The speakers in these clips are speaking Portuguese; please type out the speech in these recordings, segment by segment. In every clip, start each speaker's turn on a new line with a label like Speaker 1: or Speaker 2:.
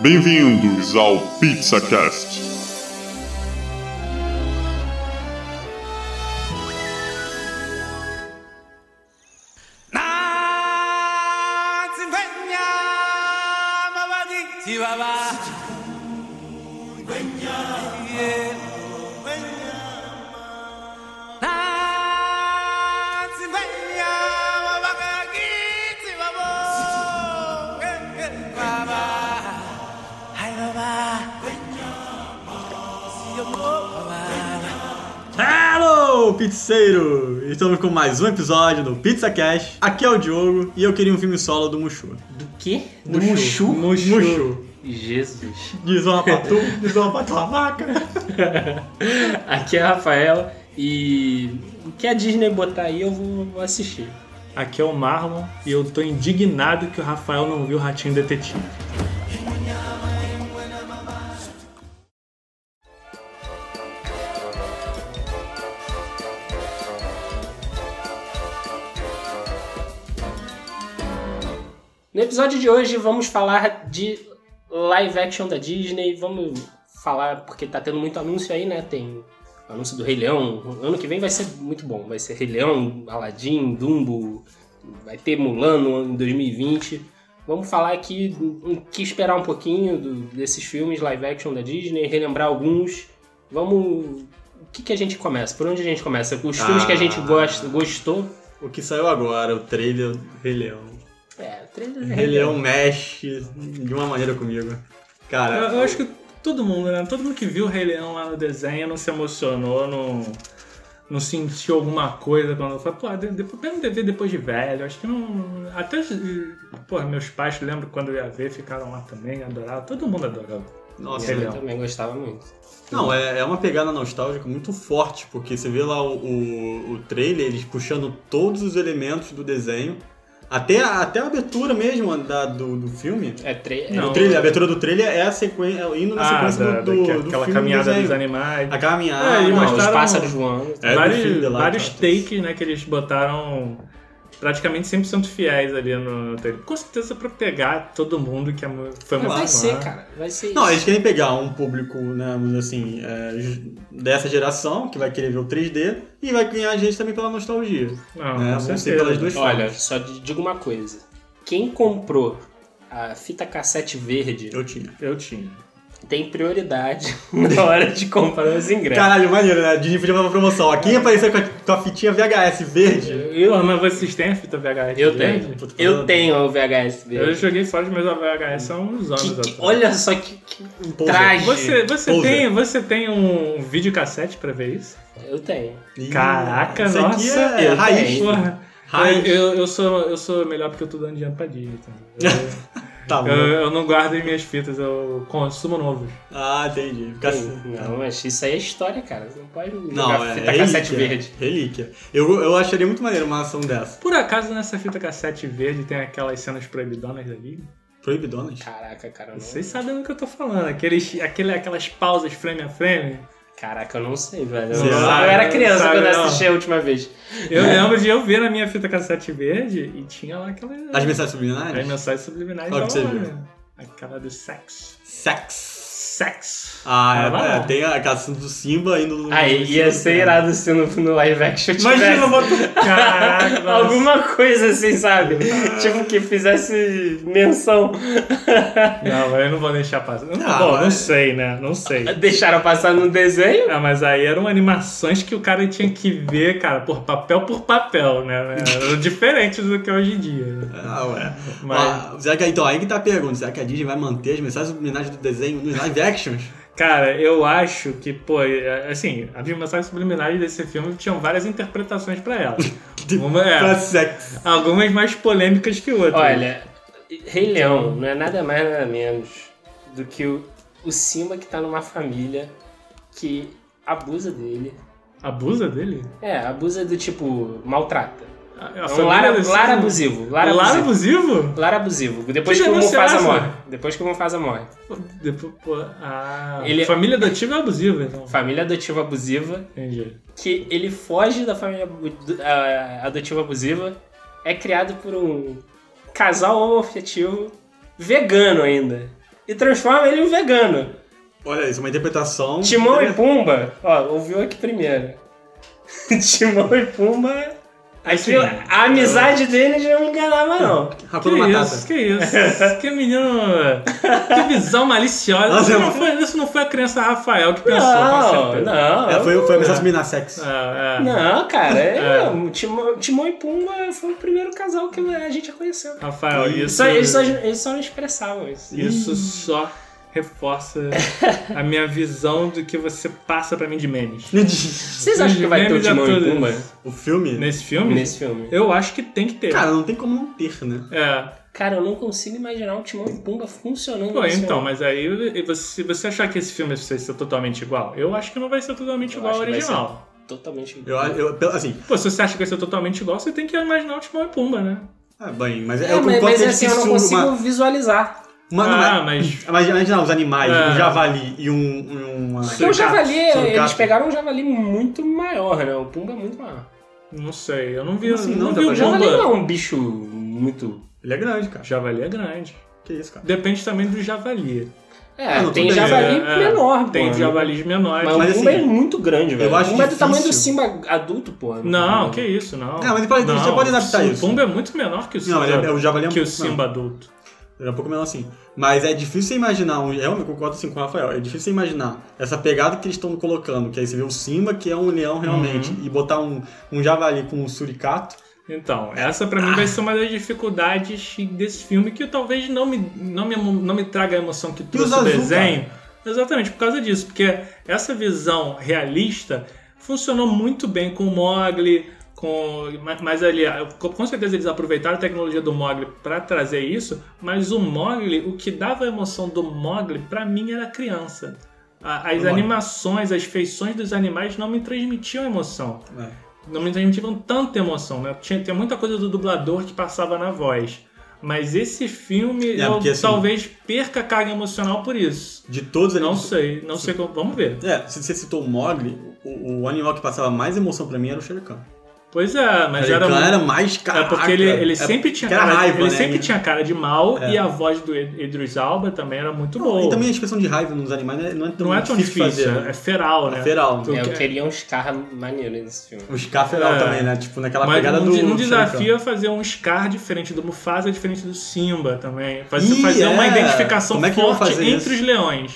Speaker 1: Bem-vindos ao PizzaCast.
Speaker 2: Hello, pizzeiro! Estamos com mais um episódio do Pizza Cash. Aqui é o Diogo e eu queria um filme solo do Mushu.
Speaker 3: Do quê? Do
Speaker 2: Mushu?
Speaker 3: Mushu?
Speaker 2: Mushu.
Speaker 3: Jesus.
Speaker 2: Desonra pra tu, desonra pra tua vaca.
Speaker 3: Aqui é o Rafael e o que a Disney botar aí eu vou vou assistir.
Speaker 4: Aqui é o Marlon e eu tô indignado que o Rafael não viu o Ratinho Detetive.
Speaker 3: No episódio de hoje vamos falar de live action da Disney, vamos falar porque tá tendo muito anúncio aí, né? Tem anúncio do Rei Leão, ano que vem vai ser muito bom, vai ser Rei Leão, Aladdin, Dumbo, vai ter Mulan no ano 2020. Vamos falar aqui do do que esperar um pouquinho do- desses filmes live action da Disney, relembrar alguns. Vamos o que, que a gente começa? Por onde a gente começa? Os filmes que a gente
Speaker 2: Ah.
Speaker 3: gosta, gostou.
Speaker 2: O que saiu agora, o trailer do Rei Leão.
Speaker 3: É, o trailer
Speaker 2: O
Speaker 3: do
Speaker 2: Rei Leão mexe de uma maneira comigo.
Speaker 4: Eu,
Speaker 2: Cara,
Speaker 4: eu acho que todo mundo, né? Todo mundo que viu o Rei Leão lá no desenho não se emocionou, não, não sentiu alguma coisa quando foi. Pô, de- depois, pelo TV depois de velho, acho que não. Até os. Pô, meus pais, lembro quando eu ia ver, ficaram lá também, adoravam. Todo mundo adorava.
Speaker 2: nossa,
Speaker 4: Rei
Speaker 3: Eu
Speaker 4: Leão.
Speaker 3: também gostava muito.
Speaker 2: Não, é, é uma pegada nostálgica muito forte, porque você vê lá o, o, o trailer, eles puxando todos os elementos do desenho, até a, até a abertura mesmo da, do, do filme.
Speaker 3: É, tre...
Speaker 4: Não.
Speaker 2: O trailer, a abertura do trailer é a sequência, indo na sequência
Speaker 4: Ah, da-
Speaker 2: do, do,
Speaker 4: daquela-
Speaker 2: do
Speaker 4: aquela
Speaker 2: filme
Speaker 4: caminhada
Speaker 2: do
Speaker 4: dos
Speaker 2: desenho.
Speaker 4: animais.
Speaker 2: A caminhada.
Speaker 4: É, e
Speaker 2: não,
Speaker 3: Não, os
Speaker 4: mostraram-
Speaker 3: pássaros voando.
Speaker 2: É, do filme
Speaker 4: vários
Speaker 2: de lá,
Speaker 4: vários
Speaker 2: tá?
Speaker 4: takes, né, que eles botaram praticamente 100% fiéis ali no, no trailer. Com certeza pra pegar todo mundo que é mu- foi né?
Speaker 3: Mas
Speaker 4: muito
Speaker 3: vai
Speaker 4: fã.
Speaker 3: ser, cara. Vai ser
Speaker 2: Não, eles
Speaker 3: isso.
Speaker 2: querem pegar um público, né, vamos dizer assim, é, ju- dessa geração, que vai querer ver o 3D, e vai ganhar a gente também pela nostalgia.
Speaker 4: Não,
Speaker 2: né?
Speaker 4: Ah, com
Speaker 2: Vão ser
Speaker 4: certeza.
Speaker 2: pelas duas
Speaker 3: Olha,
Speaker 2: formas.
Speaker 3: só te digo uma coisa. Quem comprou a fita cassete verde
Speaker 2: Eu tinha.
Speaker 4: Eu tinha.
Speaker 3: tem prioridade na hora de comprar os ingressos.
Speaker 2: Caralho, maneiro, né? A Disney podia fazer uma promoção. Ó, quem aparecer com a tua fitinha VHS verde.
Speaker 3: Eu,
Speaker 4: Pô, mas vocês têm a é fita VHS?
Speaker 3: eu
Speaker 4: verde?
Speaker 3: tenho.
Speaker 2: Puta,
Speaker 3: Eu
Speaker 2: puta.
Speaker 3: tenho o VHS
Speaker 4: né? Eu
Speaker 3: verde.
Speaker 4: joguei fora de meus VHS há uns anos
Speaker 3: Que- que-
Speaker 4: atrás.
Speaker 3: olha só que, que
Speaker 2: Poser.
Speaker 3: traje.
Speaker 4: Você, você,
Speaker 2: Poser.
Speaker 4: tem, você tem um videocassete pra ver isso?
Speaker 3: Eu tenho.
Speaker 2: Ih,
Speaker 4: Caraca,
Speaker 2: isso aqui
Speaker 4: nossa,
Speaker 2: é
Speaker 3: eu
Speaker 2: raiz.
Speaker 3: tenho.
Speaker 4: Porra.
Speaker 2: Raiz.
Speaker 4: Eu, eu- eu sou, eu sou melhor porque eu tô dando dinheiro pra Disney. Tá? Eu,
Speaker 2: Tá bom.
Speaker 4: eu- eu não guardo as minhas fitas, eu consumo novos.
Speaker 2: Ah, entendi. Fica assim.
Speaker 3: Não, mas isso aí é história, cara. Você não pode
Speaker 2: Não,
Speaker 3: jogar
Speaker 2: é
Speaker 3: fita
Speaker 2: relíquia.
Speaker 3: cassete verde.
Speaker 2: Relíquia. Eu, eu acharia muito maneiro uma ação dessa.
Speaker 4: Por acaso nessa fita cassete verde tem aquelas cenas proibidonas da Bíblia?
Speaker 2: Proibidonas?
Speaker 3: Caraca, cara. eu não-
Speaker 4: Vocês sabem do que eu tô falando, aqueles, aquele, aquelas pausas frame a frame.
Speaker 3: Caraca, eu não sei, velho. Eu,
Speaker 2: Será?
Speaker 3: eu era criança
Speaker 4: Sabe
Speaker 3: quando eu
Speaker 4: não.
Speaker 3: assisti a última vez.
Speaker 4: Eu
Speaker 3: É.
Speaker 4: lembro de eu ver na minha fita cassete verde e tinha lá aquela.
Speaker 2: As mensagens
Speaker 4: as
Speaker 2: subliminares?
Speaker 4: mensagens subliminais
Speaker 2: Qual que
Speaker 4: estavam
Speaker 2: você
Speaker 4: lá,
Speaker 2: viu?
Speaker 4: né? Aquela do sexo.
Speaker 2: Sex.
Speaker 4: Sexo.
Speaker 2: Ah,
Speaker 4: Tava
Speaker 2: é,
Speaker 4: lá.
Speaker 2: é, tem a caça do Simba indo no.
Speaker 3: Aí Ah, ia ser irado se no, no live action tivesse
Speaker 4: Imagina, bota. Caraca, nossa.
Speaker 3: alguma coisa assim, sabe? tipo que fizesse menção.
Speaker 4: Não, mas eu não vou deixar passar. Não,
Speaker 2: Ah,
Speaker 4: bom, não
Speaker 2: mas-
Speaker 4: sei, né? Não sei.
Speaker 3: Deixaram passar no desenho?
Speaker 4: Ah, mas aí eram animações que o cara tinha que ver, cara, por papel por papel, né? Era diferente do que é hoje em dia. né?
Speaker 2: Ah, ué.
Speaker 4: Mas-
Speaker 2: Ah, será que, então, aí que tá a pergunta: será que a Disney vai manter as mensagens subliminares do desenho nos live actions?
Speaker 4: Cara, eu acho que, pô, é- assim, as mensagens subliminares desse filme tinham várias interpretações pra ela. Uma, é,
Speaker 2: Pra sex.
Speaker 4: algumas mais polêmicas que outras.
Speaker 3: Olha, Rei Leão não é nada mais nada menos do que o, o Simba que tá numa família que abusa dele.
Speaker 4: Abusa dele?
Speaker 3: É, abusa do tipo, maltrata.
Speaker 4: A, a
Speaker 3: É um
Speaker 4: família
Speaker 3: lar,
Speaker 4: desse-
Speaker 3: lar abusivo. Lar
Speaker 4: Lar
Speaker 3: abusivo.
Speaker 4: abusivo?
Speaker 3: Lar abusivo. Depois
Speaker 4: Que
Speaker 3: que, o
Speaker 4: denúncia é
Speaker 3: Mufasa
Speaker 4: essa?
Speaker 3: morre. Depois que o Mufasa morre.
Speaker 4: Pô, Depois, pô, ah,
Speaker 3: Ele-
Speaker 4: Família adotiva é abusiva, então.
Speaker 3: Família adotiva abusiva
Speaker 4: Entendi.
Speaker 3: que ele foge da família abu- do- a- adotiva abusiva, é criado por um casal homoafetivo vegano ainda. e transforma ele em um vegano.
Speaker 2: Olha isso, uma interpretação. é
Speaker 3: Timão e Pumba, ó, ouviu aqui primeiro. Timão e Pumba.
Speaker 4: Assim,
Speaker 3: aquilo- a amizade dele já não enganava, não.
Speaker 4: Que
Speaker 2: Hakuna Matata.
Speaker 4: isso, que isso. Que menino. Que visão maliciosa.
Speaker 2: Nossa,
Speaker 4: Isso
Speaker 2: eu-
Speaker 4: não foi, isso não foi a criança Rafael que pensou, com
Speaker 3: Não,
Speaker 4: certeza.
Speaker 3: não.
Speaker 2: É, foi, foi a mensagem Minassex.
Speaker 4: É, é.
Speaker 3: Não, cara, é,
Speaker 4: É.
Speaker 3: o Timão, Timão e Pumba foi o primeiro casal que a gente já conheceu.
Speaker 4: Rafael, isso.
Speaker 3: Só-
Speaker 4: é.
Speaker 3: eles, só, eles só não expressavam isso.
Speaker 4: Isso só reforça a minha visão do que você passa pra mim de memes.
Speaker 3: Vocês acham que vai ter o
Speaker 4: Memes é
Speaker 3: Timão e
Speaker 4: tudo.
Speaker 3: Pumba
Speaker 2: O filme?
Speaker 4: Nesse filme?
Speaker 3: nesse filme?
Speaker 4: Eu acho que tem que ter.
Speaker 2: Cara, não tem como não ter, né?
Speaker 4: É.
Speaker 3: Cara, eu não consigo imaginar o Timão e Pumba funcionando
Speaker 4: Pô,
Speaker 3: nesse
Speaker 2: é.
Speaker 4: então,
Speaker 3: filme.
Speaker 4: mas aí você- se você achar que esse filme vai ser totalmente igual, eu acho que não vai ser totalmente
Speaker 3: Eu
Speaker 4: igual ao
Speaker 3: acho que vai
Speaker 4: original.
Speaker 3: Totalmente.
Speaker 2: Eu, eu, pelo- assim,
Speaker 4: Pô, se você acha que vai ser totalmente igual, você tem que imaginar o Timão e Pumba, né?
Speaker 2: ah, bem, mas
Speaker 3: É,
Speaker 2: eu
Speaker 3: mas,
Speaker 2: concordo
Speaker 3: mas
Speaker 2: que é
Speaker 3: assim, eu não
Speaker 2: difícil
Speaker 3: consigo
Speaker 2: uma,
Speaker 3: visualizar.
Speaker 2: uma, não,
Speaker 4: ah,
Speaker 2: mas-
Speaker 4: mas.
Speaker 2: mas imagina os animais, um
Speaker 4: É.
Speaker 2: javali e um. e um uma
Speaker 3: Porque o
Speaker 2: sucata,
Speaker 3: javali,
Speaker 2: sucata.
Speaker 3: eles pegaram um javali muito maior, né? O Pumba é muito maior.
Speaker 4: Não sei, eu não vi,
Speaker 2: Como assim,
Speaker 4: eu
Speaker 2: não?
Speaker 4: não
Speaker 2: Dá
Speaker 4: vi
Speaker 2: pra
Speaker 4: o
Speaker 3: O javali
Speaker 4: Pumba.
Speaker 3: não é um bicho muito.
Speaker 2: Ele é grande, cara.
Speaker 4: Javali é grande.
Speaker 2: Que isso, cara.
Speaker 4: Depende também do javali.
Speaker 3: É,
Speaker 2: Ah, Não, não,
Speaker 3: tem
Speaker 2: tudo bem,
Speaker 3: javali
Speaker 4: é, é.
Speaker 3: menor, pô.
Speaker 4: Tem javalis menores.
Speaker 3: Mas,
Speaker 2: Mas,
Speaker 3: o Pumba
Speaker 2: assim,
Speaker 3: é muito grande, velho.
Speaker 2: acho
Speaker 3: o Pumba é do
Speaker 2: difícil.
Speaker 3: tamanho do Simba adulto, pô. é,
Speaker 4: Não, que isso,
Speaker 2: Não,
Speaker 4: não.
Speaker 2: mas ele pode- você pode adaptar
Speaker 4: o
Speaker 2: isso.
Speaker 4: O Pumba é muito menor que o Simba.
Speaker 2: Não, ele é- o javali é um
Speaker 4: que o
Speaker 2: pouco menor.
Speaker 4: Simba adulto.
Speaker 2: Ele é um pouco menor assim. Mas é difícil você imaginar. Um, eu me concordo assim com o Rafael. É difícil você imaginar essa pegada que eles estão colocando. Que aí você vê o Simba, que é um leão realmente.
Speaker 4: Uhum.
Speaker 2: E botar um, um javali com um suricato.
Speaker 4: Então, essa pra mim vai ser uma das dificuldades desse filme que talvez não me, não me, emo- não me traga a emoção que trouxe o
Speaker 2: azul,
Speaker 4: desenho. Exatamente, por causa disso. Porque essa visão realista funcionou muito bem com o Mogli, com, mas- mas ali, ah, com certeza eles aproveitaram a tecnologia do Mogli pra trazer isso, mas o Mogli, o que dava a emoção do Mogli pra mim era a criança. A- As
Speaker 2: Mogli.
Speaker 4: animações, as feições dos animais não me transmitiam emoção
Speaker 2: né?
Speaker 4: não me transmitiam tanta emoção, né? Tinha, tinha muita coisa do dublador que passava na voz. Mas esse filme
Speaker 2: É,
Speaker 4: eu
Speaker 2: porque, assim,
Speaker 4: talvez perca a carga emocional por isso.
Speaker 2: De todos
Speaker 4: Não
Speaker 2: eles.
Speaker 4: sei, não sei como. Vamos ver.
Speaker 2: É, se você citou o Mogli, o, o animal que passava mais emoção pra mim era o Shere Khan.
Speaker 4: Pois é, mas
Speaker 2: Shere
Speaker 4: era.
Speaker 2: Khan era mais caro.
Speaker 4: É porque ele, ele sempre tinha cara,
Speaker 2: raiva,
Speaker 4: ele
Speaker 2: né?
Speaker 4: sempre
Speaker 2: E-
Speaker 4: tinha cara de mal
Speaker 2: É.
Speaker 4: e a voz do Id- Idris Alba também era muito
Speaker 2: Não,
Speaker 4: boa.
Speaker 2: E também a expressão de raiva nos animais né, não é tão,
Speaker 4: não é tão difícil,
Speaker 2: de fazer.
Speaker 4: é, feral, né?
Speaker 2: É feral.
Speaker 4: Tu-
Speaker 3: É, eu
Speaker 4: que-
Speaker 3: queria um Scar maneiro nesse filme.
Speaker 2: O Scar feral
Speaker 4: É.
Speaker 2: também, né? Tipo, naquela
Speaker 4: Mas
Speaker 2: pegada
Speaker 4: um,
Speaker 2: do.
Speaker 4: de- um
Speaker 2: do Shere Khan.
Speaker 4: desafio é fazer um Scar diferente do Mufasa, diferente do Simba também. Fazer,
Speaker 2: Ih,
Speaker 4: fazer uma
Speaker 2: é.
Speaker 4: identificação
Speaker 2: Como é que eu vou
Speaker 4: forte
Speaker 2: fazer
Speaker 4: entre
Speaker 2: isso?
Speaker 4: os leões.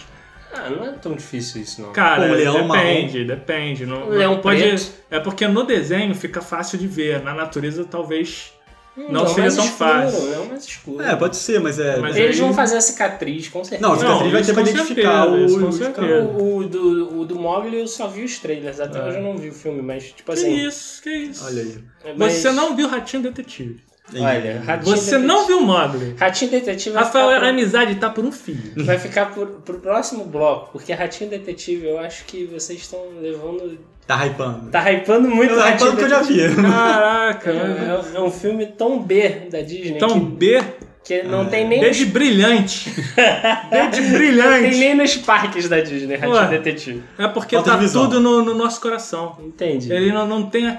Speaker 3: Ah, não é tão difícil isso, não.
Speaker 4: Cara,
Speaker 2: Pô, o um leão
Speaker 4: depende, depende. Não,
Speaker 3: O leão
Speaker 4: não pode.
Speaker 3: preto.
Speaker 4: É porque no desenho fica fácil de ver, na natureza talvez.
Speaker 3: Hum,
Speaker 4: não
Speaker 3: é o
Speaker 4: seria
Speaker 3: mais
Speaker 4: tão
Speaker 3: escuro,
Speaker 4: fácil.
Speaker 3: É o mais escuro.
Speaker 2: É, pode ser, mas é.
Speaker 4: Mas
Speaker 3: Eles
Speaker 4: aí-
Speaker 3: vão fazer a cicatriz, com certeza.
Speaker 2: Não, a cicatriz
Speaker 4: Não,
Speaker 2: vai
Speaker 4: isso
Speaker 2: ter pra
Speaker 4: com
Speaker 2: identificar
Speaker 4: certeza, isso
Speaker 2: o.
Speaker 4: com
Speaker 2: o-
Speaker 4: certeza.
Speaker 3: O, o do, o do Mogli eu só vi os trailers, até
Speaker 4: É.
Speaker 3: hoje eu não vi o filme, mas tipo
Speaker 4: Que
Speaker 3: assim.
Speaker 4: isso, que isso.
Speaker 2: Olha aí.
Speaker 3: mas-
Speaker 4: Você não viu Ratinho Detetive.
Speaker 2: Aí.
Speaker 3: Olha, Ratinho
Speaker 4: Você
Speaker 3: Detetive-
Speaker 4: não viu Mogli.
Speaker 3: Ratinho Detetive vai
Speaker 4: Rafael,
Speaker 3: ficar,
Speaker 4: a amizade tá por um fio.
Speaker 3: pro, vai ficar pro, pro próximo bloco, porque Ratinho Detetive eu acho que vocês estão levando.
Speaker 2: Tá hypando.
Speaker 3: Tá hypando tipo, muito
Speaker 2: Eu tô
Speaker 3: Ratinho
Speaker 2: hypando que eu já vi.
Speaker 4: Caraca.
Speaker 3: Detetive. É, é- é um filme tão B da Disney
Speaker 4: Então, B,
Speaker 3: que, que
Speaker 2: Ah.
Speaker 3: não tem nem.
Speaker 4: B de brilhante. B de
Speaker 3: Não tem
Speaker 4: brilhante.
Speaker 3: nem nos parques da Disney, Ratinho
Speaker 4: Ué.
Speaker 3: Detetive.
Speaker 4: É porque
Speaker 2: Falta
Speaker 4: tá
Speaker 2: visão.
Speaker 4: tudo no, no nosso coração.
Speaker 3: Entende?
Speaker 4: Ele não, não tem a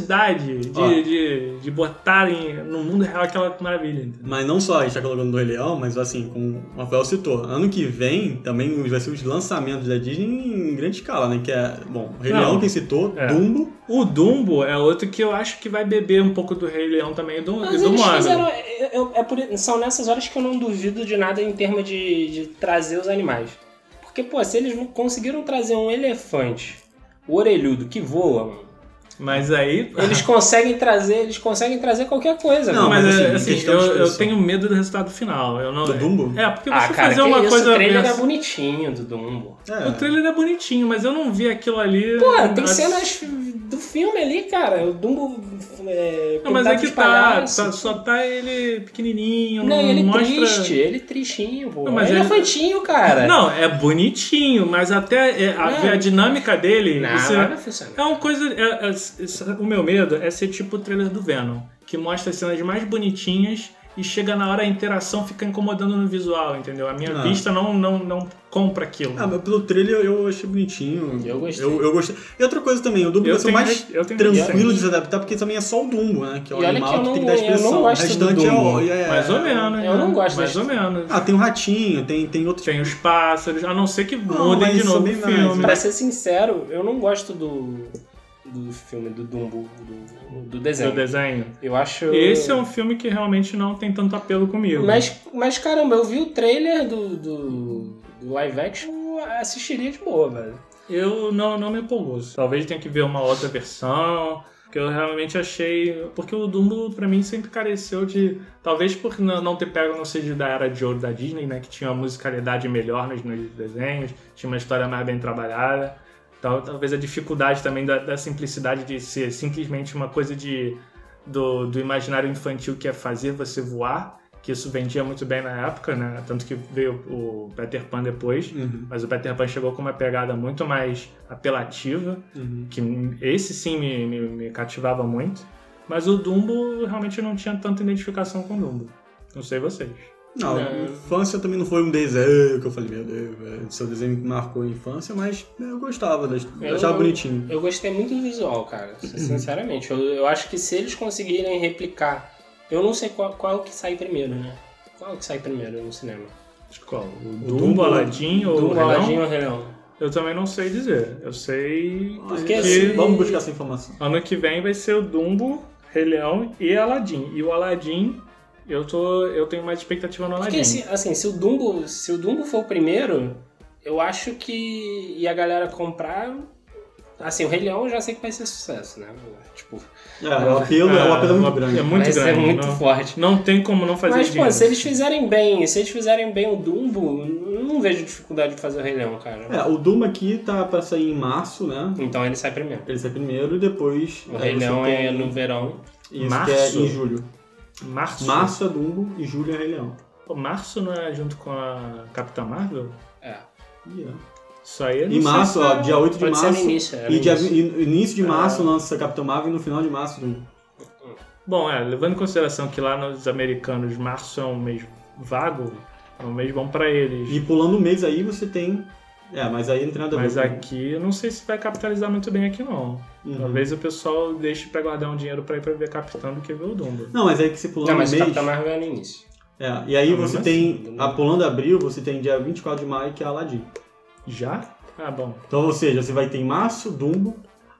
Speaker 4: capacidade
Speaker 2: Ó.
Speaker 4: de, de, de botar em- no mundo real aquela maravilha. entendeu?
Speaker 2: Mas não só a gente tá colocando do Rei Leão, mas assim, como o Rafael citou, ano que vem também vai ser os lançamentos da Disney em grande escala, né? Que é, bom, o Rei
Speaker 4: Não.
Speaker 2: Leão quem citou,
Speaker 4: É.
Speaker 2: Dumbo.
Speaker 4: O Dumbo é outro que eu acho que vai beber um pouco do Rei Leão também e do, e
Speaker 3: Mas
Speaker 4: do
Speaker 3: eles
Speaker 4: Mogli.
Speaker 3: fizeram. eu- eu- é por- são nessas horas que eu não duvido de nada em termos de, de trazer os animais. Porque, pô, se eles não conseguiram trazer um elefante, o orelhudo que voa, mano,
Speaker 4: Mas aí.
Speaker 3: eles conseguem trazer, eles conseguem trazer qualquer coisa,
Speaker 2: Não,
Speaker 3: mano.
Speaker 4: mas,
Speaker 2: mas,
Speaker 4: é,
Speaker 2: assim,
Speaker 4: assim,
Speaker 2: questão
Speaker 4: eu,
Speaker 2: de
Speaker 4: eu
Speaker 2: expressão.
Speaker 4: tenho medo do resultado final. Eu não,
Speaker 2: Do Dumbo?
Speaker 4: É, porque
Speaker 3: Ah,
Speaker 4: você
Speaker 3: cara,
Speaker 4: fazer
Speaker 3: que
Speaker 4: uma
Speaker 3: isso,
Speaker 4: coisa.
Speaker 3: o trailer
Speaker 4: dessa-
Speaker 3: é bonitinho do Dumbo.
Speaker 2: É.
Speaker 4: O trailer é bonitinho, mas eu não vi aquilo ali.
Speaker 3: Pô, tem
Speaker 4: Mas-
Speaker 3: cenas do filme ali, cara. O Dumbo é,
Speaker 4: Não, mas
Speaker 3: pintado
Speaker 4: é
Speaker 3: de
Speaker 4: que tá,
Speaker 3: palhaço.
Speaker 4: tá. Só tá ele pequenininho.
Speaker 3: Não, e ele
Speaker 4: mostra...
Speaker 3: triste, ele tristinho, pô.
Speaker 4: Não, mas
Speaker 3: é
Speaker 4: ele-
Speaker 3: elefantinho, cara.
Speaker 4: Não, é bonitinho, mas até é, a,
Speaker 3: Não.
Speaker 4: ver a dinâmica dele.
Speaker 3: não,
Speaker 4: isso
Speaker 3: não
Speaker 4: é,
Speaker 3: vai funcionar.
Speaker 4: é uma coisa. é- é- isso- o meu medo é ser tipo o trailer do Venom, que mostra as cenas mais bonitinhas e chega na hora a interação fica incomodando no visual, entendeu? A minha
Speaker 2: Ah.
Speaker 4: vista não, não, não compra aquilo.
Speaker 2: Ah, mas pelo trailer eu achei bonitinho.
Speaker 3: Eu gostei.
Speaker 2: Eu, eu gostei. E outra coisa também, o Dumbo
Speaker 4: Eu
Speaker 2: vai ser
Speaker 4: tenho
Speaker 2: mais
Speaker 4: re- eu tenho
Speaker 2: tranquilo
Speaker 4: receio.
Speaker 2: de se adaptar, porque também é só o Dumbo, né? Que é o
Speaker 3: E olha
Speaker 2: animal
Speaker 3: que
Speaker 2: que,
Speaker 3: eu não-
Speaker 2: tem que dar
Speaker 3: eu não
Speaker 2: expressão.
Speaker 3: gosto
Speaker 2: o
Speaker 3: do
Speaker 2: restante é,
Speaker 3: Dumbo.
Speaker 2: o- é.
Speaker 4: Mais ou menos.
Speaker 3: Eu não
Speaker 4: né?
Speaker 3: gosto
Speaker 4: Mais
Speaker 3: desse-
Speaker 4: ou menos.
Speaker 2: Ah, tem um ratinho, tem, tem outro.
Speaker 4: Tem os pássaros, a não ser que
Speaker 2: Não,
Speaker 4: mudem
Speaker 2: mas
Speaker 4: de novo o
Speaker 2: também não,
Speaker 4: filme.
Speaker 3: Pra ser sincero, eu não gosto do, do filme do Dumbo, do, do desenho.
Speaker 4: Do desenho.
Speaker 3: Eu acho.
Speaker 4: Esse é um filme que realmente não tem tanto apelo comigo.
Speaker 3: Mas, mas caramba, eu vi o trailer do, do, do live action, eu assistiria de boa, velho.
Speaker 4: Eu não, não me empolgou. Talvez tenha que ver uma outra versão. Que eu realmente achei. Porque o Dumbo, pra mim, sempre careceu de. Talvez por n- não ter pego, não sei, de- da era de ouro da Disney, né? Que tinha uma musicalidade melhor nos, nos desenhos, tinha uma história mais bem trabalhada. Tal- talvez a dificuldade também da, da simplicidade de ser simplesmente uma coisa de. Do, do imaginário infantil que é fazer você voar, que isso vendia muito bem na época, né? Tanto que veio o Peter Pan depois.
Speaker 2: Uhum,
Speaker 4: Mas o Peter Pan chegou com uma pegada muito mais apelativa,
Speaker 2: uhum.
Speaker 4: que esse sim me, me, me cativava muito. Mas o Dumbo realmente eu não tinha tanta identificação com o Dumbo. Não sei vocês.
Speaker 2: Não,
Speaker 3: É.
Speaker 2: infância também não foi um desenho que eu falei, meu Deus, velho, seu desenho que marcou a infância, mas né, eu gostava, eu
Speaker 3: Eu-
Speaker 2: achava bonitinho.
Speaker 3: Eu gostei muito do visual, cara.
Speaker 4: Uhum.
Speaker 3: Sinceramente, eu, eu acho que se eles conseguirem replicar. Eu não sei qual, qual que sai primeiro, né? Qual que sai primeiro no cinema?
Speaker 4: De Qual? O Dumbo,
Speaker 2: Dumbo,
Speaker 4: Aladdin ou o
Speaker 3: Dumbo,
Speaker 4: Rei Leão?
Speaker 3: Aladdin ou Rei Leão?
Speaker 4: Eu também não sei dizer. Eu sei
Speaker 3: Porque
Speaker 4: que
Speaker 3: assim,
Speaker 2: Vamos buscar essa informação.
Speaker 4: ano que vem vai ser o Dumbo, Rei Leão e Aladdin. E o Aladdin, eu, tô, eu tenho mais expectativa no Aladdin.
Speaker 3: Porque se- assim, se o Dumbo, se o Dumbo for o primeiro, eu acho que e a galera comprar, assim, o Rei Leão eu já sei que vai ser sucesso, né? Tipo,
Speaker 2: É, o apelo é, um apelo muito grande.
Speaker 4: É muito
Speaker 3: vai ser
Speaker 4: grande.
Speaker 3: muito
Speaker 4: não,
Speaker 3: forte.
Speaker 4: não tem como não fazer
Speaker 3: Mas, pô,
Speaker 4: dinheiro.
Speaker 3: se eles fizerem bem, se eles fizerem bem o Dumbo, eu não vejo dificuldade de fazer o Rei Leão, cara.
Speaker 2: É, o Dumbo aqui tá pra sair em março, né?
Speaker 3: Então ele sai primeiro.
Speaker 2: Ele sai primeiro e depois.
Speaker 3: O
Speaker 2: aí
Speaker 3: Rei
Speaker 2: você
Speaker 3: Leão
Speaker 2: tem
Speaker 3: é no verão.
Speaker 2: Isso
Speaker 4: Março?
Speaker 2: que é em julho.
Speaker 4: Março.
Speaker 2: Março é Dumbo e julho é Rei Leão.
Speaker 4: Pô, Março não é junto com a Capitã Marvel?
Speaker 3: É.
Speaker 2: E é.
Speaker 4: Isso aí eu não
Speaker 2: Em
Speaker 4: sei
Speaker 2: março,
Speaker 4: se
Speaker 2: ó,
Speaker 4: é-
Speaker 2: dia 8 de
Speaker 3: tá- Pode ser
Speaker 2: março.
Speaker 3: no início. É, no
Speaker 2: E dia,
Speaker 3: início.
Speaker 2: e- início de março lança Capitão Marvel e no final de março Dumbo.
Speaker 4: Bom, é, levando em consideração que lá nos americanos março é um mês vago, é um mês bom pra eles.
Speaker 2: E pulando o mês aí você tem. É, mas aí não tem nada a ver.
Speaker 4: Mas aqui eu não sei se vai capitalizar muito bem aqui não.
Speaker 2: Uhum.
Speaker 4: Talvez o pessoal deixe pra guardar um dinheiro pra ir pra ver Capitã do que ver o Dumbo.
Speaker 2: Não, mas aí que você pulando
Speaker 3: Não,
Speaker 2: o
Speaker 3: mas o
Speaker 2: mês.
Speaker 3: Capitão Marvel é no início.
Speaker 2: É, e aí
Speaker 4: Ah, mas
Speaker 2: você
Speaker 4: assim,
Speaker 2: tem.
Speaker 3: não-
Speaker 2: a pulando abril, você tem dia 24 de maio que é Aladdin.
Speaker 4: Já? Ah, bom.
Speaker 2: Então, ou seja, você vai ter em março, Dumbo,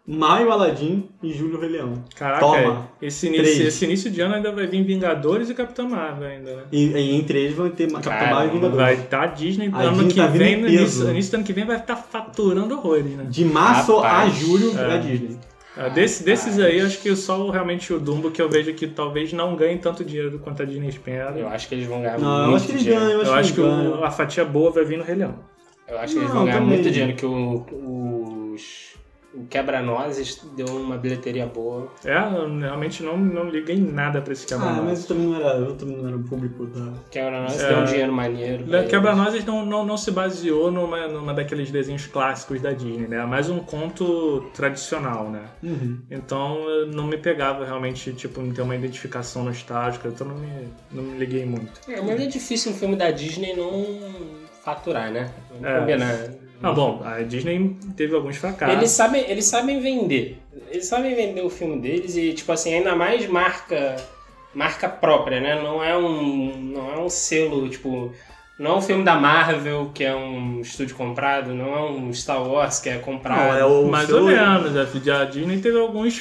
Speaker 2: maio, Aladdin e julho, Rei Leão.
Speaker 4: Caraca,
Speaker 2: Toma.
Speaker 4: esse início,
Speaker 2: Três.
Speaker 4: esse início de ano ainda vai vir Vingadores e Capitã Marvel ainda, né?
Speaker 2: E, e entre eles vão ter Capitão
Speaker 3: Cara,
Speaker 2: Marvel e Vingadores.
Speaker 4: Vai estar tá Disney
Speaker 2: A
Speaker 4: ano
Speaker 2: Disney
Speaker 4: que
Speaker 2: tá vindo
Speaker 4: vem,
Speaker 2: em
Speaker 4: no
Speaker 2: peso.
Speaker 4: início, início do ano que vem vai estar faturando horrores, né?
Speaker 2: De março
Speaker 3: Rapaz,
Speaker 2: a julho
Speaker 4: é.
Speaker 2: é. Disney.
Speaker 4: Ah, desse- desses aí, acho que só o- realmente o Dumbo que eu vejo que talvez não ganhe tanto dinheiro quanto a Disney espera.
Speaker 3: Eu
Speaker 4: Eu,
Speaker 3: acho que eles vão ganhar
Speaker 2: Não, eu
Speaker 3: é muito
Speaker 2: acho que eles
Speaker 3: dinheiro.
Speaker 2: ganham, eu acho, que
Speaker 4: que
Speaker 2: eles ganham.
Speaker 4: o- a fatia boa vai vir no Rei Leão.
Speaker 3: Eu acho que eles
Speaker 2: Não,
Speaker 3: vão ganhar
Speaker 2: também.
Speaker 3: muito dinheiro, que o, os, o Quebra-Nozes deu uma bilheteria boa.
Speaker 4: É, eu realmente não, não liguei nada pra esse
Speaker 2: Ah, mas
Speaker 4: Quebra-Nozes.
Speaker 2: eu também não era, eu também não era o público da.
Speaker 3: Quebra-Nozes
Speaker 4: É.
Speaker 3: deu um dinheiro maneiro. pra
Speaker 2: é.
Speaker 3: eles.
Speaker 4: Quebra-Nozes não, não, não se baseou numa, numa daqueles desenhos clássicos da Disney, né? É mais um conto tradicional, né?
Speaker 2: Uhum.
Speaker 4: Então eu não me pegava realmente, tipo, em ter uma identificação nostálgica, então não me, não me liguei muito.
Speaker 3: É, mas é difícil um filme da Disney não faturar, né? Vamos
Speaker 4: É.
Speaker 3: combinar.
Speaker 4: Ah, bom, a Disney teve alguns fracassos.
Speaker 3: Eles sabem, eles sabem vender. Eles sabem vender o filme deles e, tipo assim, ainda mais marca marca própria, né? Não é um, não é um selo, tipo... Não é um filme da Marvel, que é um estúdio comprado. Não é um Star Wars, que é comprado.
Speaker 2: Não, é o
Speaker 4: Mais
Speaker 2: seu-
Speaker 4: ou menos, né? a a Disney teve alguns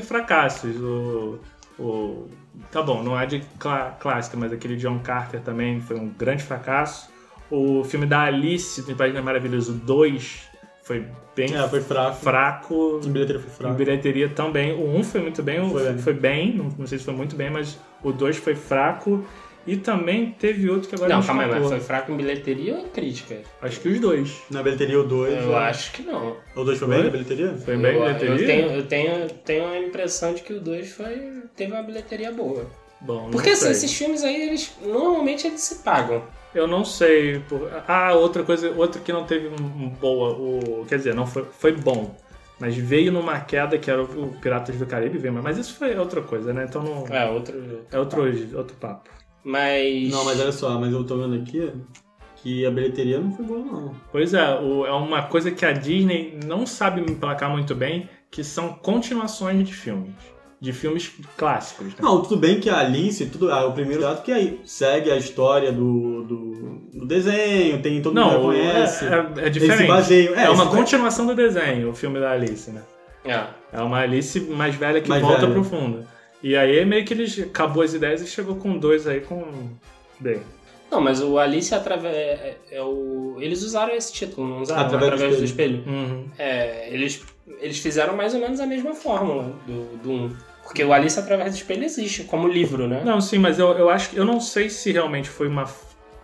Speaker 4: semi-fracassos. O, o- tá bom, não é de clá- clássica, mas aquele John Carter também foi um grande fracasso. O filme da Alice do País Maravilhoso 2 foi bem
Speaker 2: É, foi fraco.
Speaker 4: fraco.
Speaker 2: O bilheteiro foi
Speaker 4: Em
Speaker 2: fraco.
Speaker 4: bilheteria também. O 1 foi muito bem, o
Speaker 2: Foi
Speaker 4: foi,
Speaker 2: bem.
Speaker 4: bem, não, não sei se foi muito bem, mas o 2 foi fraco. E também teve outro que agora
Speaker 3: Não,
Speaker 4: me
Speaker 3: calma aí, mas
Speaker 4: escapou.
Speaker 3: foi fraco em bilheteria ou em crítica?
Speaker 4: Acho que os dois.
Speaker 2: Na bilheteria, o 2.
Speaker 3: Eu acho que não.
Speaker 2: O 2 foi bem
Speaker 4: Foi?
Speaker 2: na bilheteria?
Speaker 4: Foi bem
Speaker 3: eu,
Speaker 4: bilheteria?
Speaker 3: Eu tenho, eu tenho, tenho a impressão de que o 2 foi, teve uma bilheteria boa.
Speaker 4: Bom, não
Speaker 3: Porque assim,
Speaker 4: sei.
Speaker 3: esses filmes aí, eles normalmente eles se pagam.
Speaker 4: Eu não sei. por- Ah, outra coisa, outro que não teve um- um boa, o quer dizer, não foi, foi bom, mas veio numa queda que era o o Piratas do Caribe, veio, mas isso foi outra coisa, né? Então não
Speaker 3: É, outro.
Speaker 4: é outro outro papo.
Speaker 3: Mas.
Speaker 2: Não, mas é olha só, mas eu tô vendo aqui que a bilheteria não foi boa, não.
Speaker 4: Pois é, o- é uma coisa que a Disney não sabe me emplacar muito bem, que são continuações de filmes. De filmes clássicos, né?
Speaker 2: Não, tudo bem que a Alice, tudo, ah, o primeiro ato que aí segue a história do, do, do desenho, tem todo mundo
Speaker 4: Não, é,
Speaker 2: reconhece.
Speaker 4: é, é
Speaker 2: Eles se
Speaker 4: diferente.
Speaker 2: baseiam-
Speaker 4: É,
Speaker 2: eles
Speaker 4: uma
Speaker 2: se
Speaker 4: continuação do desenho, o filme da Alice, né?
Speaker 3: É.
Speaker 4: É uma Alice mais velha que
Speaker 2: Mais
Speaker 4: volta
Speaker 2: velha.
Speaker 4: pro fundo. E aí meio que eles acabou as ideias e chegou com dois aí com. Bem.
Speaker 3: Não, mas o Alice através. É, é o... Eles usaram esse título, não usaram?
Speaker 2: Através
Speaker 3: Através,
Speaker 2: do
Speaker 3: do espelho.
Speaker 4: Uhum.
Speaker 3: É, eles, eles fizeram mais ou menos a mesma fórmula do, do 1. Porque o Alice através do espelho existe como livro, né?
Speaker 4: Não, sim, mas eu, eu acho que. Eu não sei se realmente foi uma,